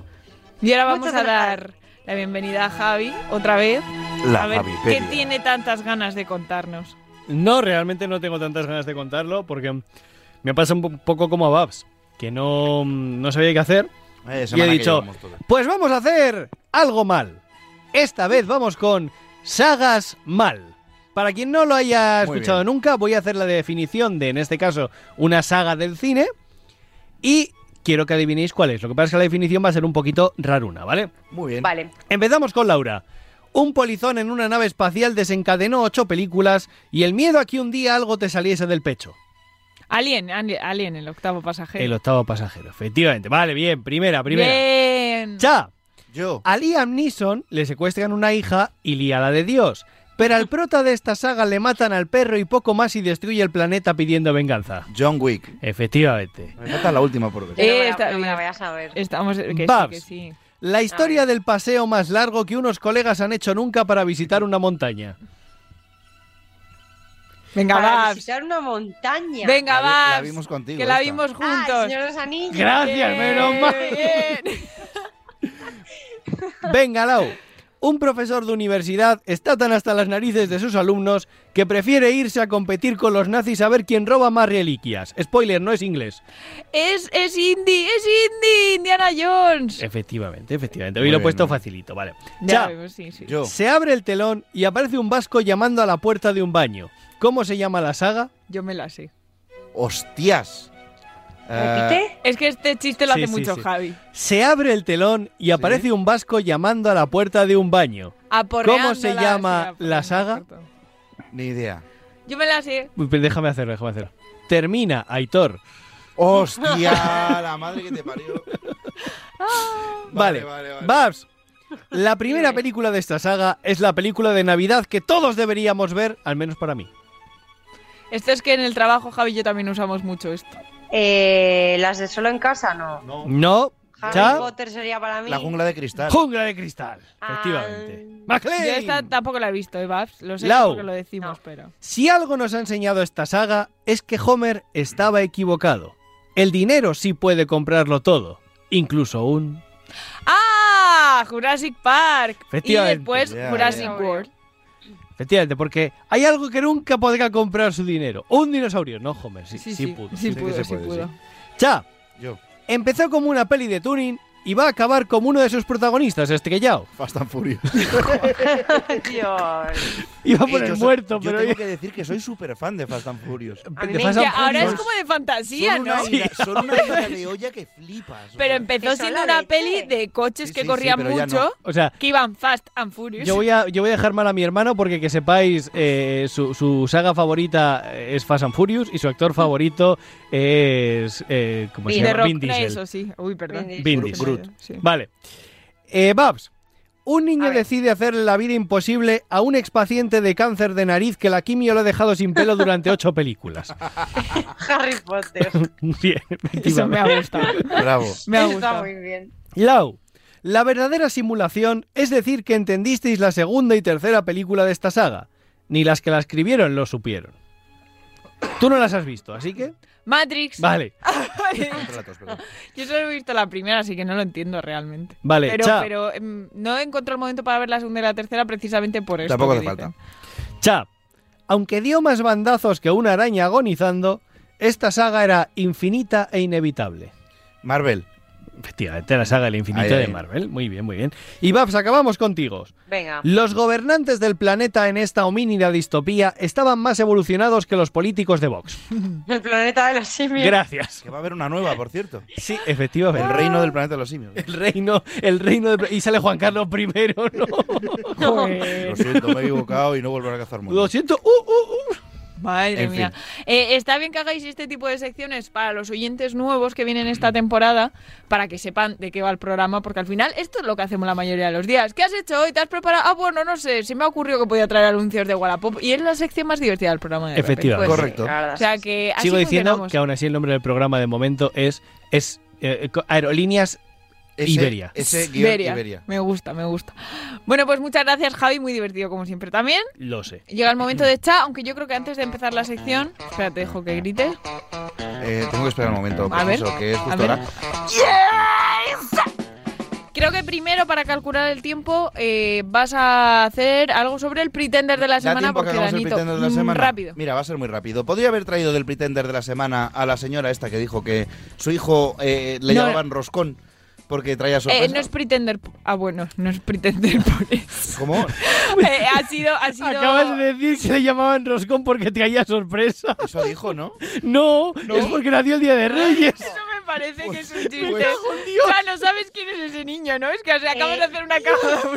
H: Y ahora vamos
I: Muchas
H: a dar la bienvenida a Javi otra vez.
A: La
H: a ver
A: Javipedia.
H: qué tiene tantas ganas de contarnos.
A: No, realmente no tengo tantas ganas de contarlo porque me pasa un po- poco como a Babs, que no, mm, no sabía qué hacer. y he
B: semana Eh, que
A: dicho,
B: llevamos toda.
A: pues vamos a hacer algo mal. Esta vez vamos con sagas mal. Para quien no lo haya
B: Muy
A: escuchado nunca, voy a hacer la definición de, en este caso, una saga del cine. Y quiero que adivinéis cuál es. Lo que pasa es que la definición va a ser un poquito raruna, ¿vale?
B: Muy bien.
I: Vale.
A: Empezamos con Laura. Un polizón en una nave espacial desencadenó ocho películas y el miedo a que un día algo te saliese del pecho.
H: Alien, ali- Alien, el octavo pasajero.
A: El octavo pasajero, efectivamente. Vale, bien, primera, primera.
H: Bien.
A: ¡Cha!
B: Yo.
A: A Liam Neeson le secuestran una hija y lía la de Dios. Pero al prota de esta saga le matan al perro y poco más y destruye el planeta pidiendo venganza.
B: John Wick.
A: Efectivamente.
B: Me falta la última por ver.
H: Eh,
I: Yo no me la-
H: está
I: no me la
H: bien.
I: voy a saber.
H: Estamos que sí, que
A: Babs.
H: sí.
A: La historia del paseo más largo que unos colegas han hecho nunca para visitar una montaña.
H: Venga,
I: Para
H: Babs.
I: visitar una montaña.
H: Venga,
B: vi- la
H: Babs.
B: vimos contigo,
H: Que la
B: esta.
I: Ah,
H: vimos
I: el
H: juntos.
I: Señor de los Anillos.
A: Gracias, menos mal.
H: Eh, Bien.
A: Venga, Lau. Un profesor de universidad está tan hasta las narices de sus alumnos que prefiere irse a competir con los nazis a ver quién roba más reliquias. Spoiler, no es inglés.
H: Es, es indie, es indie, Indiana
A: Eh,
H: Jones.
A: Efectivamente, efectivamente. Hoy
B: Muy
A: lo he
B: bien,
A: puesto
B: muy bien.
A: facilito, vale.
H: Ya
A: Cha,
H: vemos, sí, sí.
B: Yo.
A: se abre el telón y aparece un vasco llamando a la puerta de un baño. ¿Cómo se llama la saga?
H: Yo me la sé.
B: Hostias. Eh,
I: ¿Repite?
H: Es que este chiste lo
A: Sí,
H: hace
A: sí,
H: mucho
A: sí.
H: Javi.
A: Se abre el telón y aparece un vasco llamando a la puerta de un baño.
H: Aporreándola,
A: ¿Cómo se llama
H: sí, aporreándola,
A: la saga?
H: correcto.
B: ni idea.
H: Yo me la sé.
A: Uy, Déjame hacerlo, déjame hacerlo. Termina, Aitor.
B: Hostia, la madre que te parió.
A: Ah. Vale, Babs. La primera película de esta saga es la película de Navidad que todos deberíamos ver, al menos para mí.
H: Esto es que en el trabajo Javi y yo también usamos mucho esto.
I: Eh, las de solo en casa, no.
A: No,
I: Harry
A: cha,
I: Potter sería para mí.
B: La jungla de cristal.
A: jungla de cristal, efectivamente.
I: Ah.
A: ¡Maclean!
H: Yo esta tampoco la he visto, ¿eh, Babs? Lo sé
A: Lau.
H: porque lo decimos, pero...
A: Si algo nos ha enseñado esta saga es que Homer estaba equivocado. El dinero sí puede comprarlo todo, incluso un...
H: ¡Ah! Jurassic Park. Y
A: Efectivamente.
H: después
B: Ya,
H: Jurassic
I: ya.
H: World.
A: Efectivamente, porque hay algo que nunca podrá comprar su dinero. Un dinosaurio, no Homer, sí,
H: Sí,
A: sí,
H: sí.
A: pudo.
H: Sí
B: Sí que
H: pudo,
B: se
H: sí
B: puede,
H: pudo.
A: Cha,
B: Yo.
A: empezó como una peli de Turing y va a acabar como uno de sus protagonistas, este Yao.
B: Fast and Furious.
I: Dios.
A: Iba a
B: Eh,
A: poner
B: yo so-
A: muerto,
B: yo
A: pero...
B: tengo que decir que soy súper fan de Fast and Furious.
I: A mí
A: de
I: me
A: Fast and
H: Ya, ahora es
A: Furious.
H: como de fantasía,
B: Son
H: ¿no?
B: una, ida- son una ida de olla que flipas. o
H: Pero
B: sea.
H: empezó
I: Que son
H: siendo
I: la
H: una
I: leche.
H: peli de coches
B: Sí,
H: que
B: sí,
H: corrían
B: sí, pero ya
H: mucho,
A: O sea,
H: que iban fast and furious.
A: yo voy, a, yo voy a dejar mal a mi hermano porque que sepáis, eh, su, su saga favorita es Fast and Furious y su actor favorito es... eh, ¿Cómo se
I: Vin.
H: Mm. de
A: llama?
H: Rock,
A: Vin Diesel.
H: eso sí. Uy, perdón.
I: Vin
A: Vin
H: Sí,
A: Diesel.
B: Groot.
H: sí.
A: Vale. Eh, Babs, un
I: A
A: niño
I: ver.
A: decide hacerle la vida imposible a un expaciente de cáncer de nariz que la quimio lo ha dejado sin pelo durante ocho películas.
I: Harry Potter.
A: Bien,
H: Eso me
A: efectivamente.
H: ha gustado.
B: Bravo.
H: Me ha
I: Está
H: gustado.
I: muy bien.
A: Lau, la verdadera simulación es decir que entendisteis la segunda y tercera película de esta saga. Ni las que la escribieron lo supieron. Tú no las has visto, así que.
H: Matrix.
A: Vale.
H: Yo solo he visto la primera, así que no lo entiendo realmente.
A: Vale,
H: pero,
A: cha.
H: pero em, no encontré el momento para ver la segunda y la tercera precisamente por eso.
A: Tampoco hace falta. Cha, aunque dio más bandazos que una araña agonizando, esta saga era infinita e inevitable.
B: Marvel.
A: Efectivamente, la saga del infinito
B: Ahí,
A: de
B: ahí.
A: Marvel. Muy bien, muy bien. Y Babs, acabamos contigo.
I: Venga.
A: Los gobernantes del planeta en esta homínida distopía estaban más evolucionados que los políticos de Vox.
I: El planeta de los simios.
A: Gracias.
B: Que va a haber una nueva, por cierto.
A: Sí, efectivamente.
B: El
H: Ah.
B: reino del planeta de los simios.
A: El reino, el reino de- Y sale Juan Carlos I,
I: Pues
A: ¿no? Joder.
B: Lo siento, me he equivocado y no volveré a cazar monos.
A: Lo siento. Uh, uh, uh.
H: Madre
B: En fin.
H: mía. Eh, está bien que hagáis este tipo de secciones para los oyentes nuevos que vienen esta temporada, para que sepan de qué va el programa, porque al final esto es lo que hacemos la mayoría de los días. ¿Qué has hecho hoy? ¿Te has preparado? Ah, bueno, no sé, se me ha ocurrido que podía traer anuncios de Wallapop y es la sección más divertida del programa de Pepe.
A: Efectivamente.
H: Pues sí,
A: Correcto.
H: la verdad. O sea que así
A: Sigo diciendo
H: funcionamos.
A: que aún así el nombre del programa de momento es, es eh, co- Aerolíneas
B: Ese-
A: Iberia.
B: ese guión
H: Iberia. Me gusta, me gusta. Bueno, pues muchas gracias, Javi, muy divertido como siempre también.
A: Lo sé.
H: Llega el momento de cha, aunque yo creo que antes de empezar la sección, espera, te dejo que grites.
B: Eh, tengo que esperar un momento,
H: A ver,
B: preciso, que es
H: a
B: justo
H: ver.
B: ahora.
H: Creo que primero para calcular el tiempo eh, vas a hacer algo sobre el pretender de la
B: ¿Da
H: semana
B: tiempo que
H: porque
B: hagamos el
H: Danito,
B: Pretender de la
H: mm,
B: semana?
H: rápido.
B: Mira, va a ser muy rápido. Podría haber traído del Pretender de la semana a la señora esta que dijo que su hijo eh, le
H: No.
B: llamaban Roscón porque traía
H: Eh,
B: sorpresa.
H: no es pretender, ah bueno, no es pretender por eso.
B: ¿Cómo?
H: Eh, ha sido, ha sido.
A: Acabas de decir que le llamaban Roscón porque traía sorpresa.
B: Eso dijo, ¿no?
A: No, es porque nació el Día de Reyes.
H: Eso me parece que es un chiste.
A: pues-
H: O sea, no sabes quién es ese niño, ¿no? Es que o sea, acabas de hacer una cagada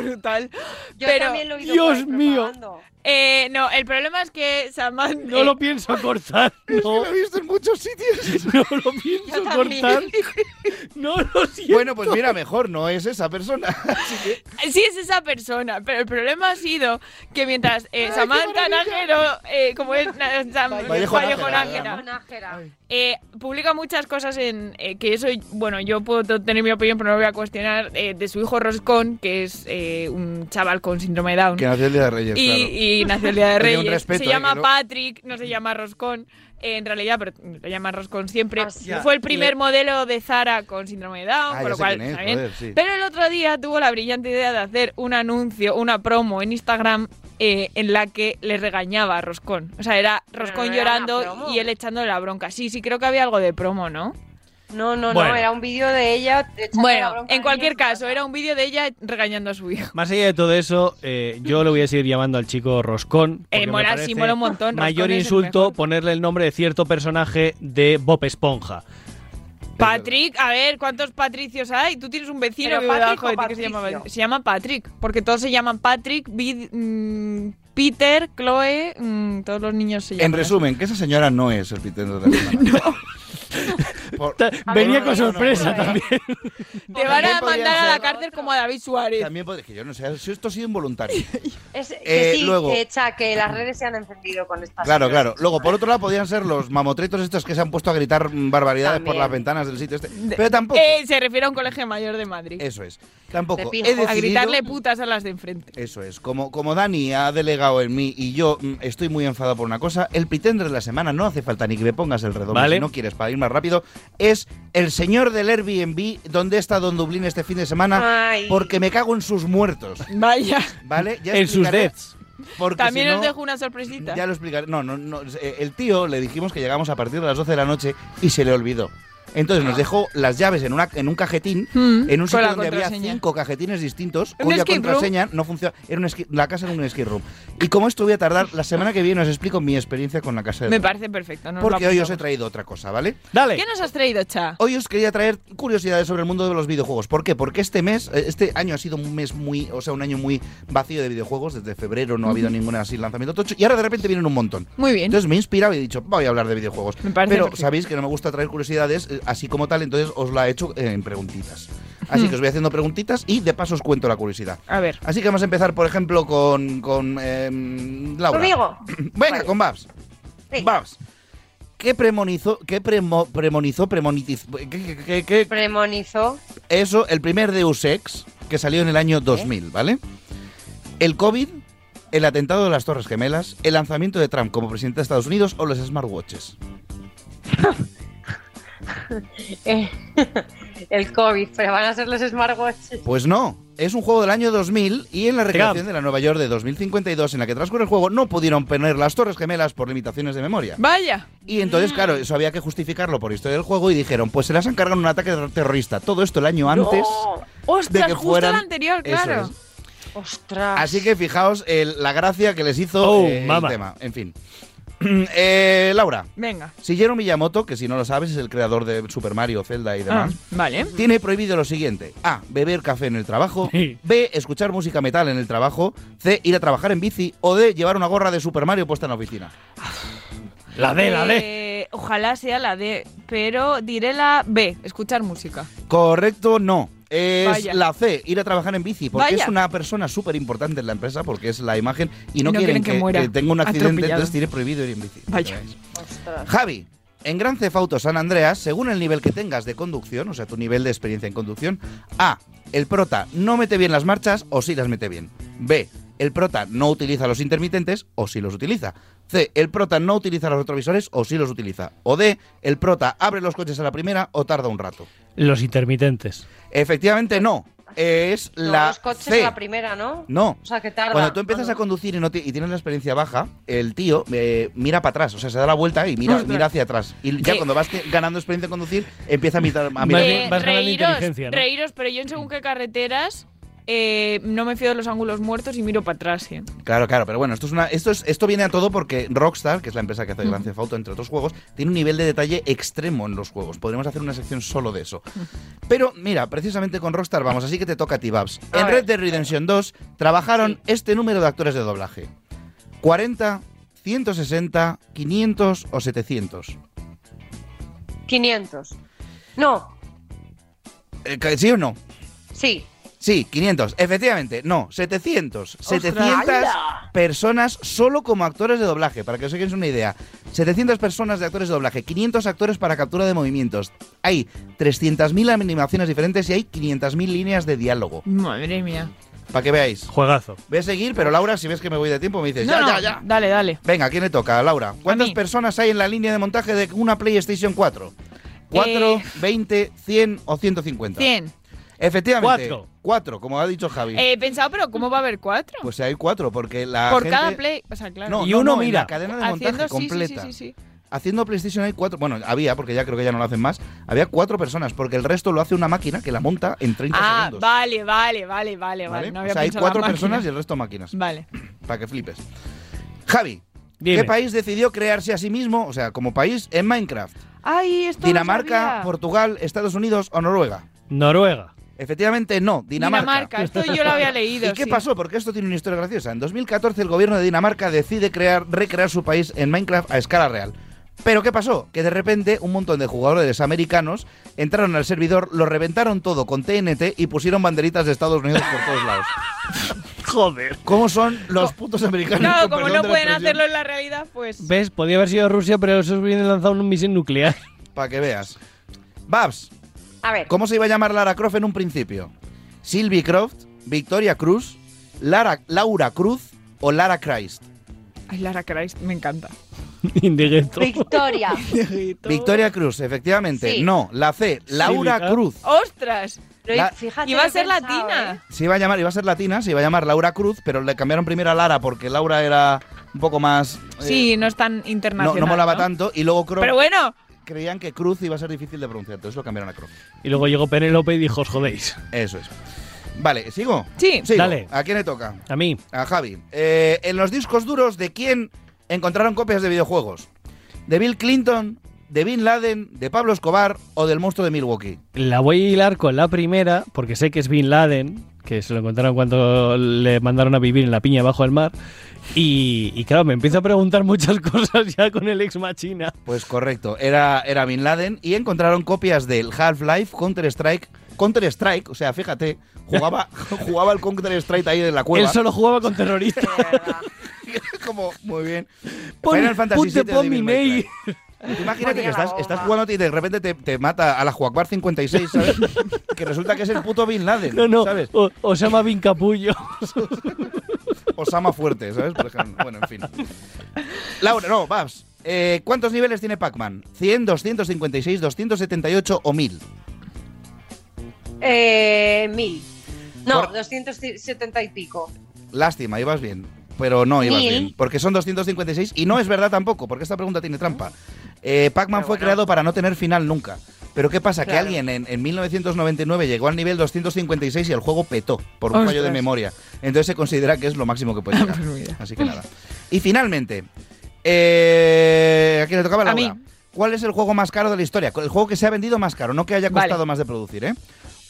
H: brutal.
I: Eh, Yo
H: pero,
I: también lo he oído por ahí
A: Dios mío,
H: Eh, no, el problema es que Samantha. eh,
A: no lo pienso cortar. No.
B: lo he visto en muchos sitios.
A: No lo pienso cortar. No lo siento.
B: Bueno, pues mira, mejor no es esa persona. Así que-
H: Sí, es esa persona, pero el problema ha sido que mientras eh, Samantha Nájero, eh, como es na- Sam-
B: Vallejo
H: Vallejo
B: Nájera,
H: Nájera,
I: Una ágera.
H: eh, publica muchas cosas en eh, que eso, bueno, yo puedo t- tener mi opinión, pero no lo voy a cuestionar, eh, de su hijo Roscón, que es eh, un chaval con síndrome de Down.
B: Que nació el Día de Reyes,
H: y,
B: claro.
H: y nació el Día de
B: Oye,
H: Reyes.
B: un respeto,
H: se
B: eh,
H: llama
B: que no-
H: Patrick, no se llama Roscón. eh, en realidad, pero lo llaman Roscón siempre.
B: Ah, sí.
H: Fue el primer
B: Le-
H: modelo de Zara con síndrome de Down,
B: Ah,
H: con
B: ya
H: lo
B: sé
H: cual
B: quién es,
H: está bien.
B: joder, sí.
H: Pero el otro día tuvo la brillante idea de hacer un anuncio, una promo en Instagram eh, en la que le regañaba a Roscón. O sea, era Roscón
I: no era
H: llorando
I: una promo.
H: y él echándole la bronca. Sí, sí, creo que había algo de promo, ¿no?
I: No, no,
A: Bueno.
I: no, era un vídeo de ella. echándole la
H: Bueno,
I: bronca a
H: en
I: ella
H: cualquier
I: su casa.
H: caso, era un vídeo de ella regañando a su hijo.
A: Más allá de todo eso, eh, yo le voy a seguir llamando al chico Roscón. porque
H: Eh,
A: me
H: mola,
A: parece
H: sí, mola un montón.
A: Mayor
H: Roscón es el
A: insulto ponerle el nombre de cierto personaje de Bob Esponja.
H: Patrick, a ver, ¿cuántos Patricios hay? Tú tienes un vecino
I: ¿Pero
H: que vive
I: Patrick
H: debajo de
I: o
H: ti que se llama,
I: Patricio?
H: Pat- se llama Patrick, porque todos se llaman Patrick, Vid- mm, Peter, Chloe, mm, todos los niños se llaman.
B: En
H: así.
B: resumen, que esa señora no es el Pretender de la semana. Por-
A: Ta-
B: A ver,
A: Venía
B: no,
A: con
B: no, no,
A: sorpresa
B: no, no.
A: también.
H: Te van a
B: También podrían
H: mandar a la
B: ser-
H: cárcel como a David Suárez.
B: También podría que yo no sé, si esto ha sido involuntario.
I: Es- que
B: Eh,
I: sí,
B: luego-
I: que echa, que las redes se han encendido con estas
B: Claro, claro. Luego, por otro lado, podían ser los mamotretos estos que se han puesto a gritar mm, barbaridades por
I: También.
B: las ventanas del sitio este. Pero tampoco.
H: Eh, se refiere a un colegio mayor de Madrid.
B: Eso es. Tampoco.
I: De
B: He
I: pijo.
H: a gritarle
B: decidido-
H: putas a las de enfrente.
B: Eso es. Como, como Dani ha delegado en mí y yo mm, estoy muy enfadado por una cosa, el pretender de la semana no hace falta ni que me pongas el redoble
A: Vale.
B: si no quieres para ir más rápido. Es el señor del Airbnb, donde está Don Dublín este fin de semana,
I: Ay.
B: porque me cago en sus muertos.
H: Vaya.
B: ¿Vale? Ya
A: En sus
B: explicaré
A: deaths.
B: porque
H: También
B: si
H: os
B: no-
H: dejo una sorpresita.
B: Ya lo explicaré. No, no, no. eh, El tío le dijimos que llegamos a partir de las 12 de la noche y se le olvidó. Entonces nos dejó las llaves en, una, en un cajetín,
H: Ah. Mm,
B: en un
H: con
B: sitio
H: la
B: donde había
H: contraseña.
B: cinco cajetines distintos,
H: ¿Un
B: cuya
H: escape room?
B: contraseña no funciona. Era un esqui- la casa en un escape room. Y como esto voy a tardar, la semana que viene os explico mi experiencia con la casa de
H: Me
B: terror.
H: parece perfecto. nos lo
B: Porque hoy os he
H: apuntamos.
B: traído otra cosa, ¿vale?
A: Dale.
H: ¿Qué nos has traído, Cha?
B: Hoy os quería traer curiosidades sobre el mundo de los videojuegos. ¿Por qué? Porque este mes, eh, este año ha sido un mes muy, o sea, un año muy vacío de videojuegos. Desde febrero no ha habido ningún así lanzamiento tocho y ahora de repente vienen un montón.
H: Muy bien.
B: Entonces me he inspirado y he dicho, voy a hablar de videojuegos.
H: Me parece
B: Pero
H: perfecto.
B: sabéis que no me gusta traer curiosidades eh, así como tal, entonces os la he hecho eh, en preguntitas.
H: Hmm.
B: Así que os voy haciendo preguntitas y de paso os cuento la curiosidad.
H: A ver.
B: Así que vamos a empezar, por ejemplo, con, con em, Laura.
I: Conmigo.
B: Venga, con Babs.
I: Sí.
B: Babs. ¿Qué premonizó, qué premo- premonizó, premonitiz, qué- qué- qué- qué-
I: Premonizó. ¿Eh?
B: eso, el primer Deus Ex, que salió en el año 2000, ¿vale? El COVID, el atentado de las Torres Gemelas, el lanzamiento de Trump como presidente de Estados Unidos o los smartwatches.
I: Eh, el COVID, pero van a ser los smartwatches.
B: Pues no, es un juego del año 2000 y en la recreación de la Nueva York de 2052 en la que transcurre el juego no pudieron poner las Torres Gemelas por limitaciones de memoria.
H: Vaya.
B: Y entonces, claro, eso había que justificarlo por historia del juego y dijeron, pues se las han cargado en un ataque ter- terrorista. Todo esto el año antes
H: Ostras,
B: de que
H: justo
B: fueran...
H: el anterior,
B: Eso
H: claro.
B: es.
I: Ostras.
B: Así que fijaos el- la gracia que les hizo
A: Oh,
B: eh, el
A: mama.
B: tema. En fin. Eh, Laura,
H: Venga.
B: Shigeru Miyamoto, que si no lo sabes es el creador de Super Mario, Zelda y demás,
H: Ah, vale.
B: tiene prohibido lo siguiente. A. Beber café en el trabajo. B. Escuchar música metal en el trabajo. C. Ir a trabajar en bici. O D. Llevar una gorra de Super Mario puesta en la oficina. La
H: Eh, ojalá sea la D, pero diré la B, escuchar música.
B: Correcto, no. Es
H: Vaya.
B: la C, ir a trabajar en bici, porque
H: Vaya.
B: es una persona súper importante en la empresa, porque es la imagen, y no,
H: No
B: quieren, eh,
H: quieren que muera
B: tenga un accidente,
H: atropellado.
B: entonces tiene prohibido ir en bici.
H: Vaya.
B: Javi, en Gran Cefauto San Andreas, según el nivel que tengas de conducción, o sea, tu nivel de experiencia en conducción, A, el prota no mete bien las marchas o sí las mete bien. B, el prota no utiliza los intermitentes o sí los utiliza. C, el prota no utiliza los retrovisores o sí los utiliza. O D, el prota abre los coches a la primera o tarda un rato.
A: Los intermitentes.
B: Efectivamente no. Es
I: No,
B: la
I: los coches
B: C.
I: la primera, ¿no?
B: No.
I: O sea, que tarda.
B: Cuando tú empiezas a conducir y, no ti- y tienes la experiencia baja, el tío eh, mira para atrás, o sea, se da la vuelta y mira,
H: Ostras.
B: mira hacia atrás. Y ya
H: Sí.
B: cuando vas te- ganando experiencia en conducir, empieza a mirar. A mirar.
H: Eh, reíros, reíros, pero yo en según qué carreteras eh, no me fío de los ángulos muertos y miro para atrás. ¿eh?
B: Claro, claro, pero bueno, esto es una, esto es, esto viene a todo porque Rockstar, que es la empresa que hace Grand Theft Auto entre otros juegos, tiene un nivel de detalle extremo en los juegos. Podríamos hacer una sección solo de eso. Pero mira, precisamente con Rockstar vamos, así que te toca a ti, Babs.
I: A
B: En
I: ver.
B: Red Dead Redemption 2 trabajaron este número de actores de doblaje: 40, 160, 500 o 700.
I: 500. No,
B: Eh, ca- ¿Sí o no?
I: sí.
B: Sí, 500, efectivamente. No, 700. 700
I: ¡Hala!
B: personas solo como actores de doblaje, para que os hagáis una idea. 700 personas de actores de doblaje, 500 actores para captura de movimientos. Hay 300.000 animaciones diferentes y hay 500.000 líneas de diálogo.
H: Madre mía.
B: Para que veáis.
A: Juegazo.
B: Voy a seguir, pero Laura, si ves que me voy de tiempo, me dices,
H: No,
B: ya,
H: no,
B: ya, ya.
H: Dale, dale.
B: Venga, ¿quién le toca? Laura. ¿Cuántas personas hay en la línea de montaje de una PlayStation 4? ¿4,
H: Eh.
B: 20, 100 o 150?
H: 100.
B: Efectivamente.
H: Cuatro.
B: 4, como ha dicho Javi.
H: Eh, He pensado, pero ¿cómo va a haber cuatro?
B: Pues hay cuatro, porque la
H: Por
B: gente-
H: cada play. O sea, claro.
B: No, no, no, en la cadena de montaje
H: Haciendo- sí, sí, sí,
B: completa.
H: sí, sí.
B: Haciendo PlayStation hay cuatro... Bueno, había, porque ya creo que ya no lo hacen más. Había cuatro personas, porque el resto lo hace una máquina que la monta en 30
H: Ah,
B: segundos.
H: vale, vale, vale, vale,
B: ¿vale?
H: vale. No había
B: o sea,
H: pensado
B: hay
H: en la
B: cuatro
H: máquina.
B: personas y el resto máquinas.
H: Vale.
B: Para que flipes. Javi,
A: Dime.
B: ¿qué país decidió crearse a sí mismo, o sea, como país, en Minecraft?
H: Ay, esto lo
B: ¿Dinamarca,
H: sabía.
B: Portugal, Estados Unidos o Noruega?
A: Noruega.
B: Efectivamente, no, Dinamarca.
H: Dinamarca, esto yo lo había leído,
B: ¿Y qué
H: sí.
B: pasó? Porque esto tiene una historia graciosa. En 2014 el gobierno de Dinamarca decide crear, recrear su país en Minecraft a escala real. Pero ¿qué pasó? Que de repente un montón de jugadores americanos entraron al servidor, lo reventaron todo con TNT y pusieron banderitas de Estados Unidos por todos lados.
A: Joder.
B: ¿Cómo son los putos americanos?
H: No,
B: con
H: como
B: perdón
H: no
B: de la
H: pueden
B: expresión?
H: hacerlo en la realidad, pues.
A: ¿Ves? Podía haber sido Rusia, pero esos hubieran lanzado un misil nuclear.
B: Para que veas. Babs,
I: A ver.
B: ¿Cómo se iba a llamar Lara Croft en un principio? ¿Sylvie Croft, Victoria Cruz, Lara, Laura Cruz o Lara Christ?
H: Ay, Lara Christ, me encanta.
A: Indigesto.
I: Victoria.
B: Victoria Cruz, efectivamente.
I: Sí.
B: No, la C, Laura
A: Sylvie
B: Cruz.
H: ¡Ostras!
B: La-
I: Fíjate,
H: Iba
I: lo
H: a
I: he
H: ser
I: pensado, ¿eh?
H: latina.
B: Se iba a llamar, iba a ser latina, se iba a llamar Laura Cruz, pero le cambiaron primero a Lara porque Laura era un poco más. eh,
H: Sí, no es tan
B: no,
H: internacional.
B: no molaba tanto. Y luego Cruz
H: Pero bueno,
B: creían que Cruz iba a ser difícil de pronunciar, entonces lo cambiaron a Cruz.
A: Y luego llegó Penélope y dijo, os jodéis.
B: Eso es. Vale, ¿sigo?
H: Sí.
B: Sigo.
A: Dale.
B: ¿A quién le toca?
A: A mí.
B: A Javi. Eh, en los discos duros, ¿de quién encontraron copias de videojuegos? ¿De Bill Clinton, de Bin Laden, de Pablo Escobar o del monstruo de Milwaukee?
A: La voy a hilar con la primera, porque sé que es Bin Laden, que se lo encontraron cuando le mandaron a vivir en la piña bajo el mar. Y, y claro, me empiezo a preguntar muchas cosas ya con el ex machina.
B: Pues correcto, era, era Bin Laden y encontraron copias del Half-Life, Counter-Strike. Counter-Strike, o sea, fíjate, jugaba, jugaba el Counter-Strike ahí en la cueva.
A: Él solo jugaba con terroristas.
B: Como, muy bien.
A: Pon-
B: Final Fantasy
A: ponte,
B: VII,
A: pon
B: Devil
A: mi
B: May
A: mail.
B: Cry. Tú Imagínate que
I: Ponía la
B: estás, estás
I: bomba.
B: jugando y de repente te, te mata a la Juacbar 56, ¿sabes? que resulta que es el puto Bin Laden,
A: No, no,
B: ¿sabes?
A: o- Osama Bin Capullo.
B: Osama Fuerte, ¿sabes? Por ejemplo. Bueno, en fin. Laura, no, Babs. eh, ¿Cuántos niveles tiene Pac-Man? ¿100, 256, 278 o 1000?
I: Eh, mil. No,
B: Por-
I: 270 y pico.
B: Lástima, ibas bien. Pero no ibas
I: Mil.
B: bien. Porque son 256 y no es verdad tampoco, porque esta pregunta tiene trampa. Eh, Pac-Man fue creado para no tener final nunca. Pero ¿qué pasa? Que
I: Claro.
B: alguien en, en 1999 llegó al nivel 256 y el juego petó por un fallo
I: Ostras.
B: de
I: Ah, pues
B: memoria. Entonces se considera que es lo máximo que puede llegar. Así que nada. Y finalmente, eh, ¿a quién le tocaba la
H: A mí.
B: ¿Cuál es el juego más caro de la historia? El juego que se ha vendido más caro, no que haya
I: Vale.
B: costado más de producir, ¿eh?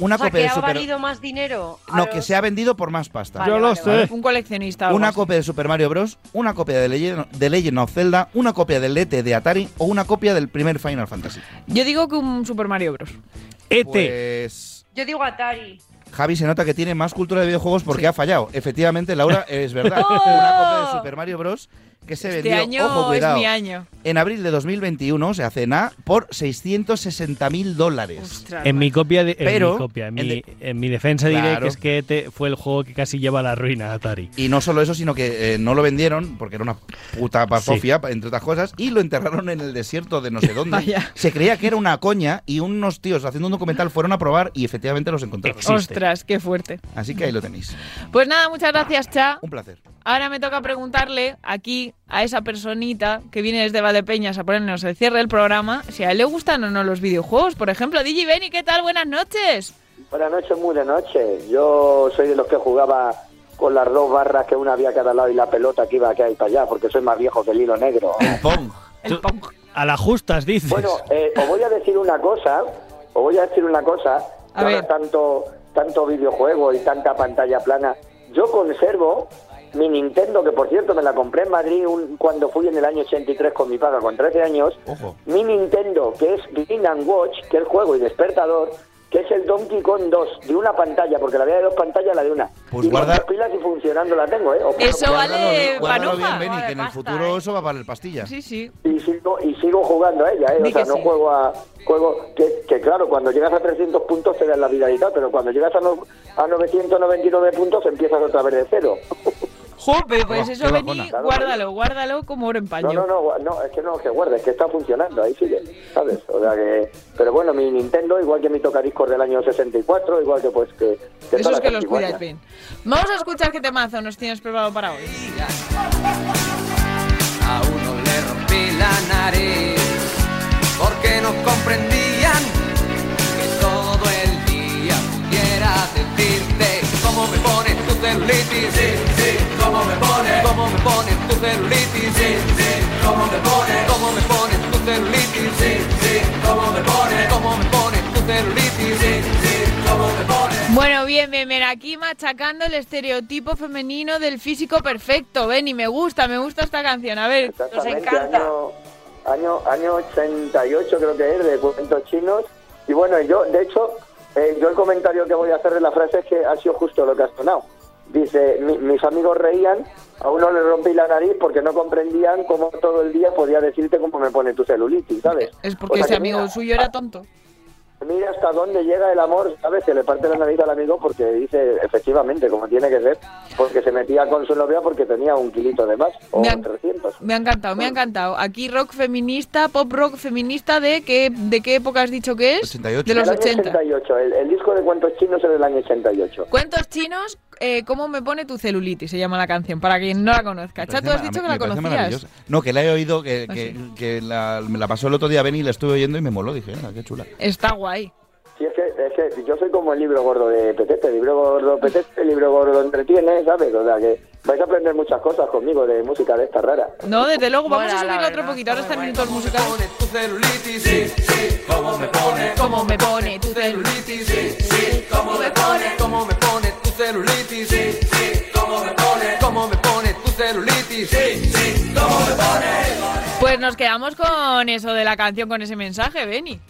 B: Una
I: o sea,
B: copia
I: que
B: de
I: ha
B: Super...
I: valido más dinero. a
B: No, que
I: los-
B: se ha vendido por más pasta.
I: Vale, Yo lo vale, sé. vale.
H: Un coleccionista. o algo
B: Una
H: así.
B: copia de Super Mario Bros., una copia de Legend, de Legend of Zelda, una copia del ET de Atari o una copia del primer Final Fantasy.
H: Yo digo que un Super Mario Bros.
B: Eh,
A: E
H: E
B: Pues
I: Yo digo Atari.
B: Javi se nota que tiene más cultura de videojuegos porque ha fallado. Efectivamente, Laura, es verdad.
I: ¡Oh!
B: Una copia de Super Mario Bros. que se
H: Este
B: vendió,
H: año
B: ojo,
H: es
B: cuidado,
H: mi año.
B: en abril de 2021, se hace nada, por 660 mil dólares.
A: En mi copia, de, en
B: Pues, Pero,
A: mi copia, en
B: en
A: mi,
B: de-
A: en mi defensa diré
B: Claro.
A: que es que ET fue el juego que casi lleva a la ruina a Atari.
B: Y no solo eso, sino que eh, no lo vendieron porque era una puta pasofia, entre otras cosas, y lo enterraron en el desierto de no sé dónde.
H: Vaya.
B: Se creía que era una coña y unos tíos haciendo un documental fueron a probar y efectivamente los encontraron.
H: Ostras, qué fuerte.
B: Así que ahí lo tenéis.
H: Pues nada, muchas gracias, Cha.
B: Un placer.
H: Ahora me toca preguntarle aquí a esa personita que viene desde Valdepeñas a ponernos el cierre del programa si a él le gustan o no los videojuegos. Por ejemplo, DJ Benny, ¿qué tal? Buenas noches.
M: Buenas noches, muy de noche. Yo soy de los que jugaba con las dos barras que una había a cada lado y la pelota que iba acá y para allá, porque soy más viejo que el hilo negro.
A: A las justas, dices.
M: Bueno, eh, os voy a decir una cosa, os voy a decir una cosa, que ahora tanto, tanto videojuego y tanta pantalla plana, yo conservo mi Nintendo, que por cierto me la compré en Madrid un- cuando fui en el año 83 con mi paga, con 13 años, mi Nintendo, que es Green and Watch, que es juego y despertador, que es el Donkey Kong 2, de una pantalla, porque la había de dos pantallas, la de una.
B: Pues
M: y con
B: guarda-
M: dos pilas y funcionando la tengo, ¿eh? Os juro que-
B: Guárdalo- guárdalo bien, Beni, que en el futuro eso va para el pastilla.
H: eh. Sí, sí.
M: y sigo, y sigo jugando a ella, ¿eh?
B: Di
M: O sea,
B: que
M: no
B: sí.
M: juego a... Juego, que, que claro, cuando llegas a 300 puntos te dan la vida y tal, pero cuando llegas a, no- a 999 puntos empiezas otra vez de cero.
H: Jope, pues
M: Oh,
H: eso,
M: qué
H: Benny,
M: bajona. Claro,
H: guárdalo, guárdalo como oro en paño.
M: No, no, no, gua- no, es que no, que guardes, que está funcionando, ahí sigue, ¿sabes? O sea que... Pero bueno, mi Nintendo, igual que mi tocadiscos del año 64, igual que pues que... que
H: Eso
M: todas
H: es que los
M: las
H: cuidáis
M: antiguas.
H: bien. Vamos a escuchar qué temazo nos tienes preparado para hoy.
N: A uno le rompí la nariz porque no comprendían que todo el día pudiera decirte cómo me pones tu celulitis, sí, sí, cómo me pones, cómo me pones tu celulitis, sí, sí, cómo me pones, cómo me pones tu celulitis, sí, sí, cómo me pones, cómo me pones tu celulitis, sí, sí, cómo me pones.
H: Bueno, bien, bien, bien, aquí machacando el estereotipo femenino del físico perfecto, Benny, me gusta, me gusta esta canción, a ver, nos
M: Exactamente,
H: encanta.
M: Año, año, año 88 creo que es, de cuentos chinos. Y bueno, yo, de hecho, eh, yo el comentario que voy a hacer de la frase es que ha sido justo lo que has sonado. Dice, "Mi- mis amigos reían, a uno le rompí la nariz porque no comprendían cómo todo el día podía decirte cómo me pone tu celulitis, ¿sabes?
H: Es porque
M: O sea
H: ese
M: que
H: amigo
M: mira,
H: suyo era tonto.
M: Mira hasta dónde llega el amor, ¿sabes? Que le parte la nariz al amigo porque dice, efectivamente, como tiene que ser, porque se metía con su novia porque tenía un kilito de más, o
H: Me han-
M: 300.
H: Me ha encantado, me ha encantado. Aquí rock feminista, pop rock feminista de qué, de qué época has dicho que es? De los
M: El año
H: 80.
M: 88, El, el disco de cuentos chinos es del año 88.
H: Cuentos chinos, eh, ¿cómo me pone tu celulitis? Se llama la canción, para quien no la conozca. Cha, tú has
B: Parece
H: dicho que
B: ma-
H: la
B: me parece
H: conocías.
B: maravillosa. No, que la he oído, que,
H: Ah,
B: que-
H: sí.
B: que la- me la pasó el otro día Benny, la estuve oyendo y me moló. Dije, "Ah, qué chula.
H: Está guay.
M: Sí, es que, es que yo soy como el libro gordo de Petete, el libro gordo Petete, el libro gordo entretiene, ¿sabes? O sea que vais a aprender muchas cosas conmigo de música de esta rara.
H: No, desde luego, vamos
N: Mola,
H: a
N: la
H: subirla otro
N: verdad,
H: poquito. Ahora
N: está
H: están
N: muy
H: minutos musicales.
N: tu celulitis, sí, sí, cómo me pone, cómo me pone tu celulitis, sí, sí, cómo me pone, cómo me pone tu celulitis, sí, sí, cómo me pone, cómo me pone tu celulitis, sí, sí, cómo me pone.
H: Pues nos quedamos con eso de la canción, con ese mensaje, Benny.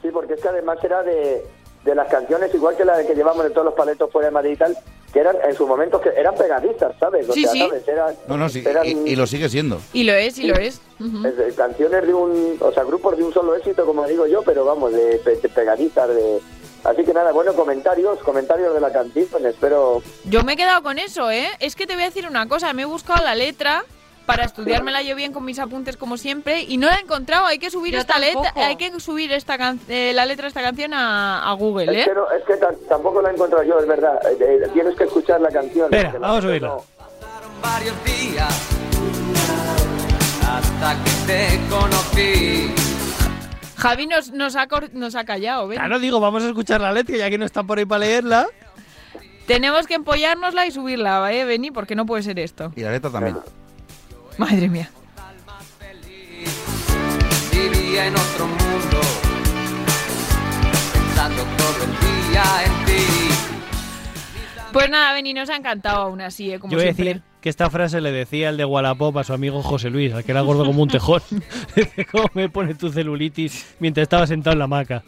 M: Sí, porque es que además era de, de las canciones, igual que la de que llevamos de todos los paletos fuera de Madrid y tal, que eran en su momento que eran pegadizas, ¿sabes? O
H: Sí,
M: sea,
H: sí.
M: ¿sabes? Eran,
B: No, no, sí,
M: eran-
B: y, y lo sigue siendo.
H: Y lo es, y lo es.
M: Es de canciones de un, o sea, grupos de un solo éxito, como digo yo, pero vamos, de, pe- de pegadizas, de, Así que nada, bueno, comentarios, comentarios de la canción, espero...
H: Yo me he quedado con eso, ¿eh? Es que te voy a decir una cosa, me he buscado la letra para estudiármela yo bien con mis apuntes como siempre y no la he encontrado, hay que subir
F: Yo
H: esta letra,
F: tampoco.
H: hay que subir esta can- eh, la letra de esta canción a, a Google,
M: Es
H: ¿eh?
M: que, no- es que tan- tampoco la he encontrado yo, es verdad. Eh, eh, tienes que escuchar la canción.
A: Espera,
M: Que la-
A: vamos a oírla.
N: varios días hasta que te conocí.
H: Javi nos, nos, ha, cor- nos ha callado, ¿ven?
A: Claro, digo, vamos a escuchar la letra, ya que no está por ahí para leerla.
H: Tenemos que empollárnosla y subirla, ¿eh, Beni? Porque no puede ser esto.
B: Y la letra también.
H: Madre mía.
N: Vivía en otro mundo, pensando todo el día en ti.
H: Pues nada, Beni, nos ha encantado aún así, ¿eh? Como
A: Yo voy a
H: siempre.
A: decir que esta frase le decía el de Wallapop a su amigo José Luis, al que era gordo como un tejón. Dice, ¿Cómo me pone tu celulitis mientras estaba sentado en la hamaca?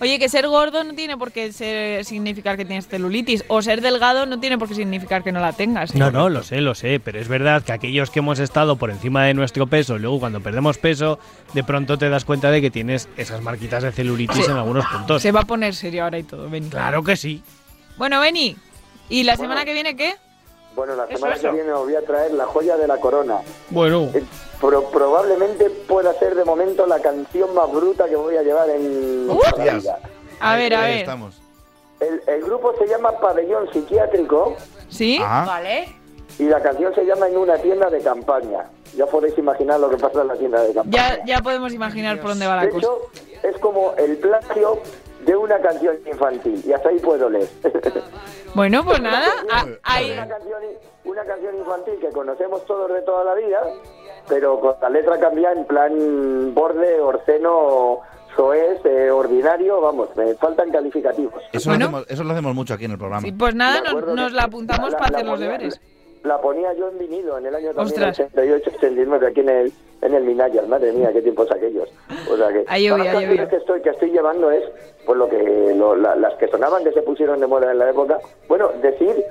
H: Oye, que ser gordo no tiene por qué ser- significar que tienes celulitis. O ser delgado no tiene por qué significar que no la tengas. ¿eh?
A: No, no, lo sé, lo sé, pero es verdad que aquellos que hemos estado por encima de nuestro peso, luego cuando perdemos peso, de pronto te das cuenta de que tienes esas marquitas de celulitis
H: Sí.
A: en algunos puntos.
H: Se va a poner serio ahora y todo, Beni.
A: Claro que sí.
H: Bueno, Beni, ¿y la
M: Bueno.
H: semana que viene qué?
M: Bueno, la
H: Eso,
M: semana
H: eso.
M: que viene os voy a traer la joya de la corona.
A: Bueno,
M: Pro- probablemente pueda ser de momento la canción más bruta que voy a llevar en
H: Uh.
M: toda la vida.
H: A ver, a ver.
M: El, el grupo se llama Pabellón Psiquiátrico
H: ¿Sí?
A: Ah.
B: Ajá.
H: Vale.
M: y la canción se llama En una tienda de campaña. Ya podéis imaginar lo que pasa en la tienda de campaña.
H: Ya, ya podemos imaginar por dónde va
M: de
H: la cosa.
M: hecho, es como el plagio de una canción infantil y hasta ahí puedo leer.
H: Bueno, pues nada. a- ahí-
M: una, canción, una canción infantil que conocemos todos de toda la vida, pero con la letra cambiada en plan borde, orceno, soez, eh, ordinario, vamos, me faltan calificativos.
B: Eso, lo hacemos, eso lo hacemos mucho aquí en el programa.
H: sí, pues nada,
M: Me
H: nos,
M: acuerdo
H: nos
M: que
H: la apuntamos
M: la-
H: para
M: la
H: hacer los
M: ponía-
H: deberes.
M: La ponía yo en vinilo en el año también
H: Ostras.
M: 88, 89, aquí en el, en el Minayas, madre mía, qué tiempos aquellos. O sea que
H: Ahí llovía,
M: todas las canciones
H: llovía.
M: que estoy, que estoy llevando es por lo que lo- la- las que sonaban, que se pusieron de moda en la época. Bueno, decir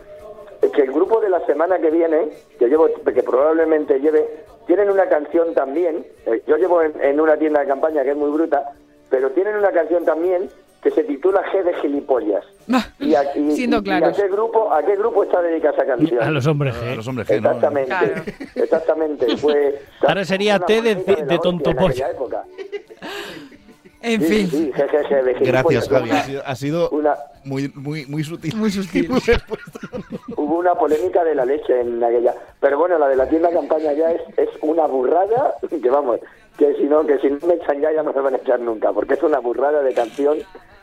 M: que el grupo de la semana que viene, que llevo, que probablemente lleve, tienen una canción también, eh, yo llevo en, en una tienda de campaña que es muy bruta, pero tienen una canción también que se titula G de gilipollas. Y a, y-
H: Siendo
M: y- y
H: claros.
M: a qué grupo, a qué grupo está dedicada esa canción?
A: A los hombres ¿eh?
H: eh.
A: G.
B: hombres
M: Exactamente, exactamente. Fue
A: Ahora sería
M: una
A: T de,
M: manita la
A: de tonto
M: hostia en aquella
A: pollo.
M: época.
H: En
M: Sí,
H: fin.
M: sí, je, je, je, de gilipollas.
B: Gracias, Javi.
M: Pues, Una-
B: Ha sido, ha sido
M: una-
B: muy, muy, muy sutil.
H: Muy sutil.
M: hubo una polémica de la leche en aquella. Pero bueno, la de la tienda campaña ya es, es una burrada que vamos, que si no, que si no me echan ya, ya no me van a echar nunca, porque es una burrada de canción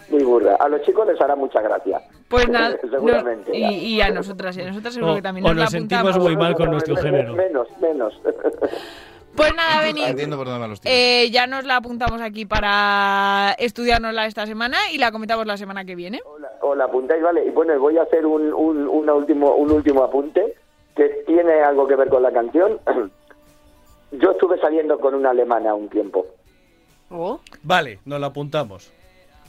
M: muy burra. A los chicos les hará mucha gracia.
H: Pues nada. no-
M: Seguramente,
H: y,
M: ya.
H: y a nosotras, y a nosotras seguro
A: O,
H: que también
A: o
H: nos la
A: nos sentimos
H: apuntamos.
A: muy mal con nuestro
M: Men-
A: género.
M: Menos, menos.
H: Pues nada, Beni,
B: Entiendo por dónde van los tiros.
H: Eh, ya nos la apuntamos aquí para estudiárnosla esta semana y la comentamos la semana que viene.
M: O la apuntáis, vale. Y bueno, voy a hacer un, un, una último, un último apunte que tiene algo que ver con la canción. Yo estuve saliendo con una alemana un tiempo.
A: Vale, nos la apuntamos.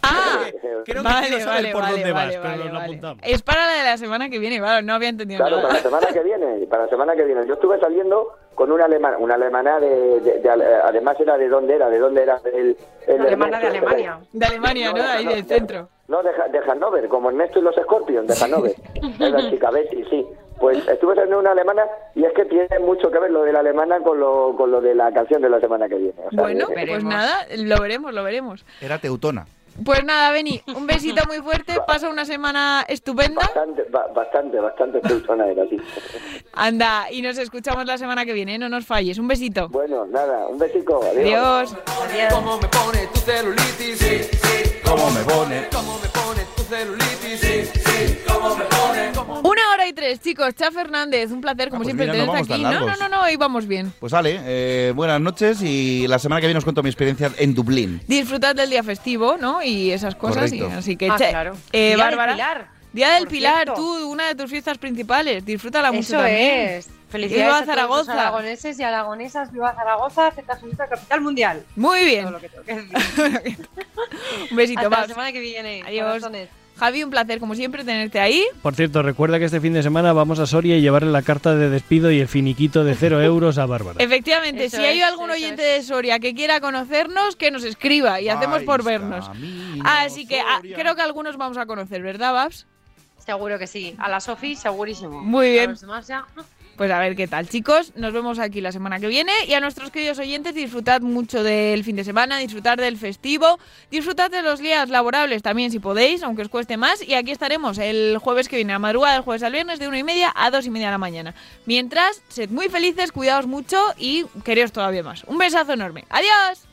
H: Ah,
A: Creo que
H: vale,
A: quiero saber
H: vale,
A: por
H: vale,
A: dónde
H: vale,
A: vas, pero
H: vale,
A: nos la
H: vale.
A: apuntamos.
H: Es para la de la semana que viene, claro, no había entendido
M: Claro, para la
H: nada.
M: semana que viene, para la semana que viene. Yo estuve saliendo con una alemana, una alemana de, de- de ale- además era de dónde era, de dónde era el, el
I: Una alemana de
M: Ernesto,
I: Alemania.
H: De Alemania,
M: No,
H: ¿no?
M: no,
H: Ahí
M: no,
H: del
M: no.
H: centro.
M: No, de, Ha- de Hannover, como Ernesto y los Scorpions, de Hannover. Es la chica Betty, sí. Pues estuve saliendo una alemana y es que tiene mucho que ver lo de la alemana con lo, con lo de la canción de la semana que viene. O sea,
H: Bueno,
M: que-
H: pues nada, lo veremos, lo veremos.
B: Era teutona.
H: Pues nada, Beni, un besito muy fuerte, pasa una semana estupenda.
M: Bastante, ba- bastante, bastante persona era así.
H: Anda, y nos escuchamos la semana que viene, ¿eh? no nos falles. Un besito.
M: Bueno, nada, un besico.
H: Adiós.
N: ¿Cómo me pone tu celulitis? Sí, sí.
B: ¿Cómo me pone?
N: ¿Cómo me pone tu celulitis? Sí, sí. ¿Cómo me pone?
H: Una hora y tres, chicos. Cha Fernández, un placer, como
B: pues
H: siempre,
B: mira, no
H: tenerte
B: vamos tan
H: aquí. No, no,
B: largos.
H: no, no, hoy vamos bien.
B: Pues vale, eh, buenas noches y la semana que viene os cuento mi experiencia en Dublín.
H: Disfrutad del día festivo, ¿no? Y esas cosas.
B: Correcto.
H: y- así que,
I: Ah,
H: che,
I: claro.
H: eh,
I: Día del
H: Bárbara.
I: Pilar,
H: Día del
I: por
H: Pilar,
I: cierto.
H: tú, una de tus fiestas principales. Disfrútala mucho
I: Eso
H: también.
I: es. Felicidades
H: Viva
I: a, todos los
H: Zaragoza.
I: aragoneses y aragonesas. Viva Zaragoza, Z Jesucristo, capital mundial.
H: Muy bien.
I: Todo lo que tengo que decir.
H: Un besito,
I: Hasta la
H: más.
I: semana que viene.
H: Adiós.
I: corazones.
H: Javi, un placer como siempre tenerte ahí.
A: Por cierto, recuerda que este fin de semana vamos a Soria y llevarle la carta de despido y el finiquito de cero euros a Bárbara.
H: Efectivamente, si hay algún oyente de Soria que quiera conocernos, que nos escriba y hacemos por vernos. Así que ah, creo que algunos vamos a conocer, ¿verdad, Babs?
I: Seguro que sí. A la Sofi, segurísimo.
H: Muy
I: A
H: bien.
I: los demás ya.
H: Pues a ver qué tal, chicos. Nos vemos aquí la semana que viene. Y a nuestros queridos oyentes, disfrutad mucho del fin de semana, disfrutad del festivo, disfrutad de los días laborables también si podéis, aunque os cueste más. Y aquí estaremos el jueves que viene, a madrugada del jueves al viernes, de una y media a dos y media de la mañana. Mientras, sed muy felices, cuidaos mucho y quereos todavía más. Un besazo enorme. ¡Adiós!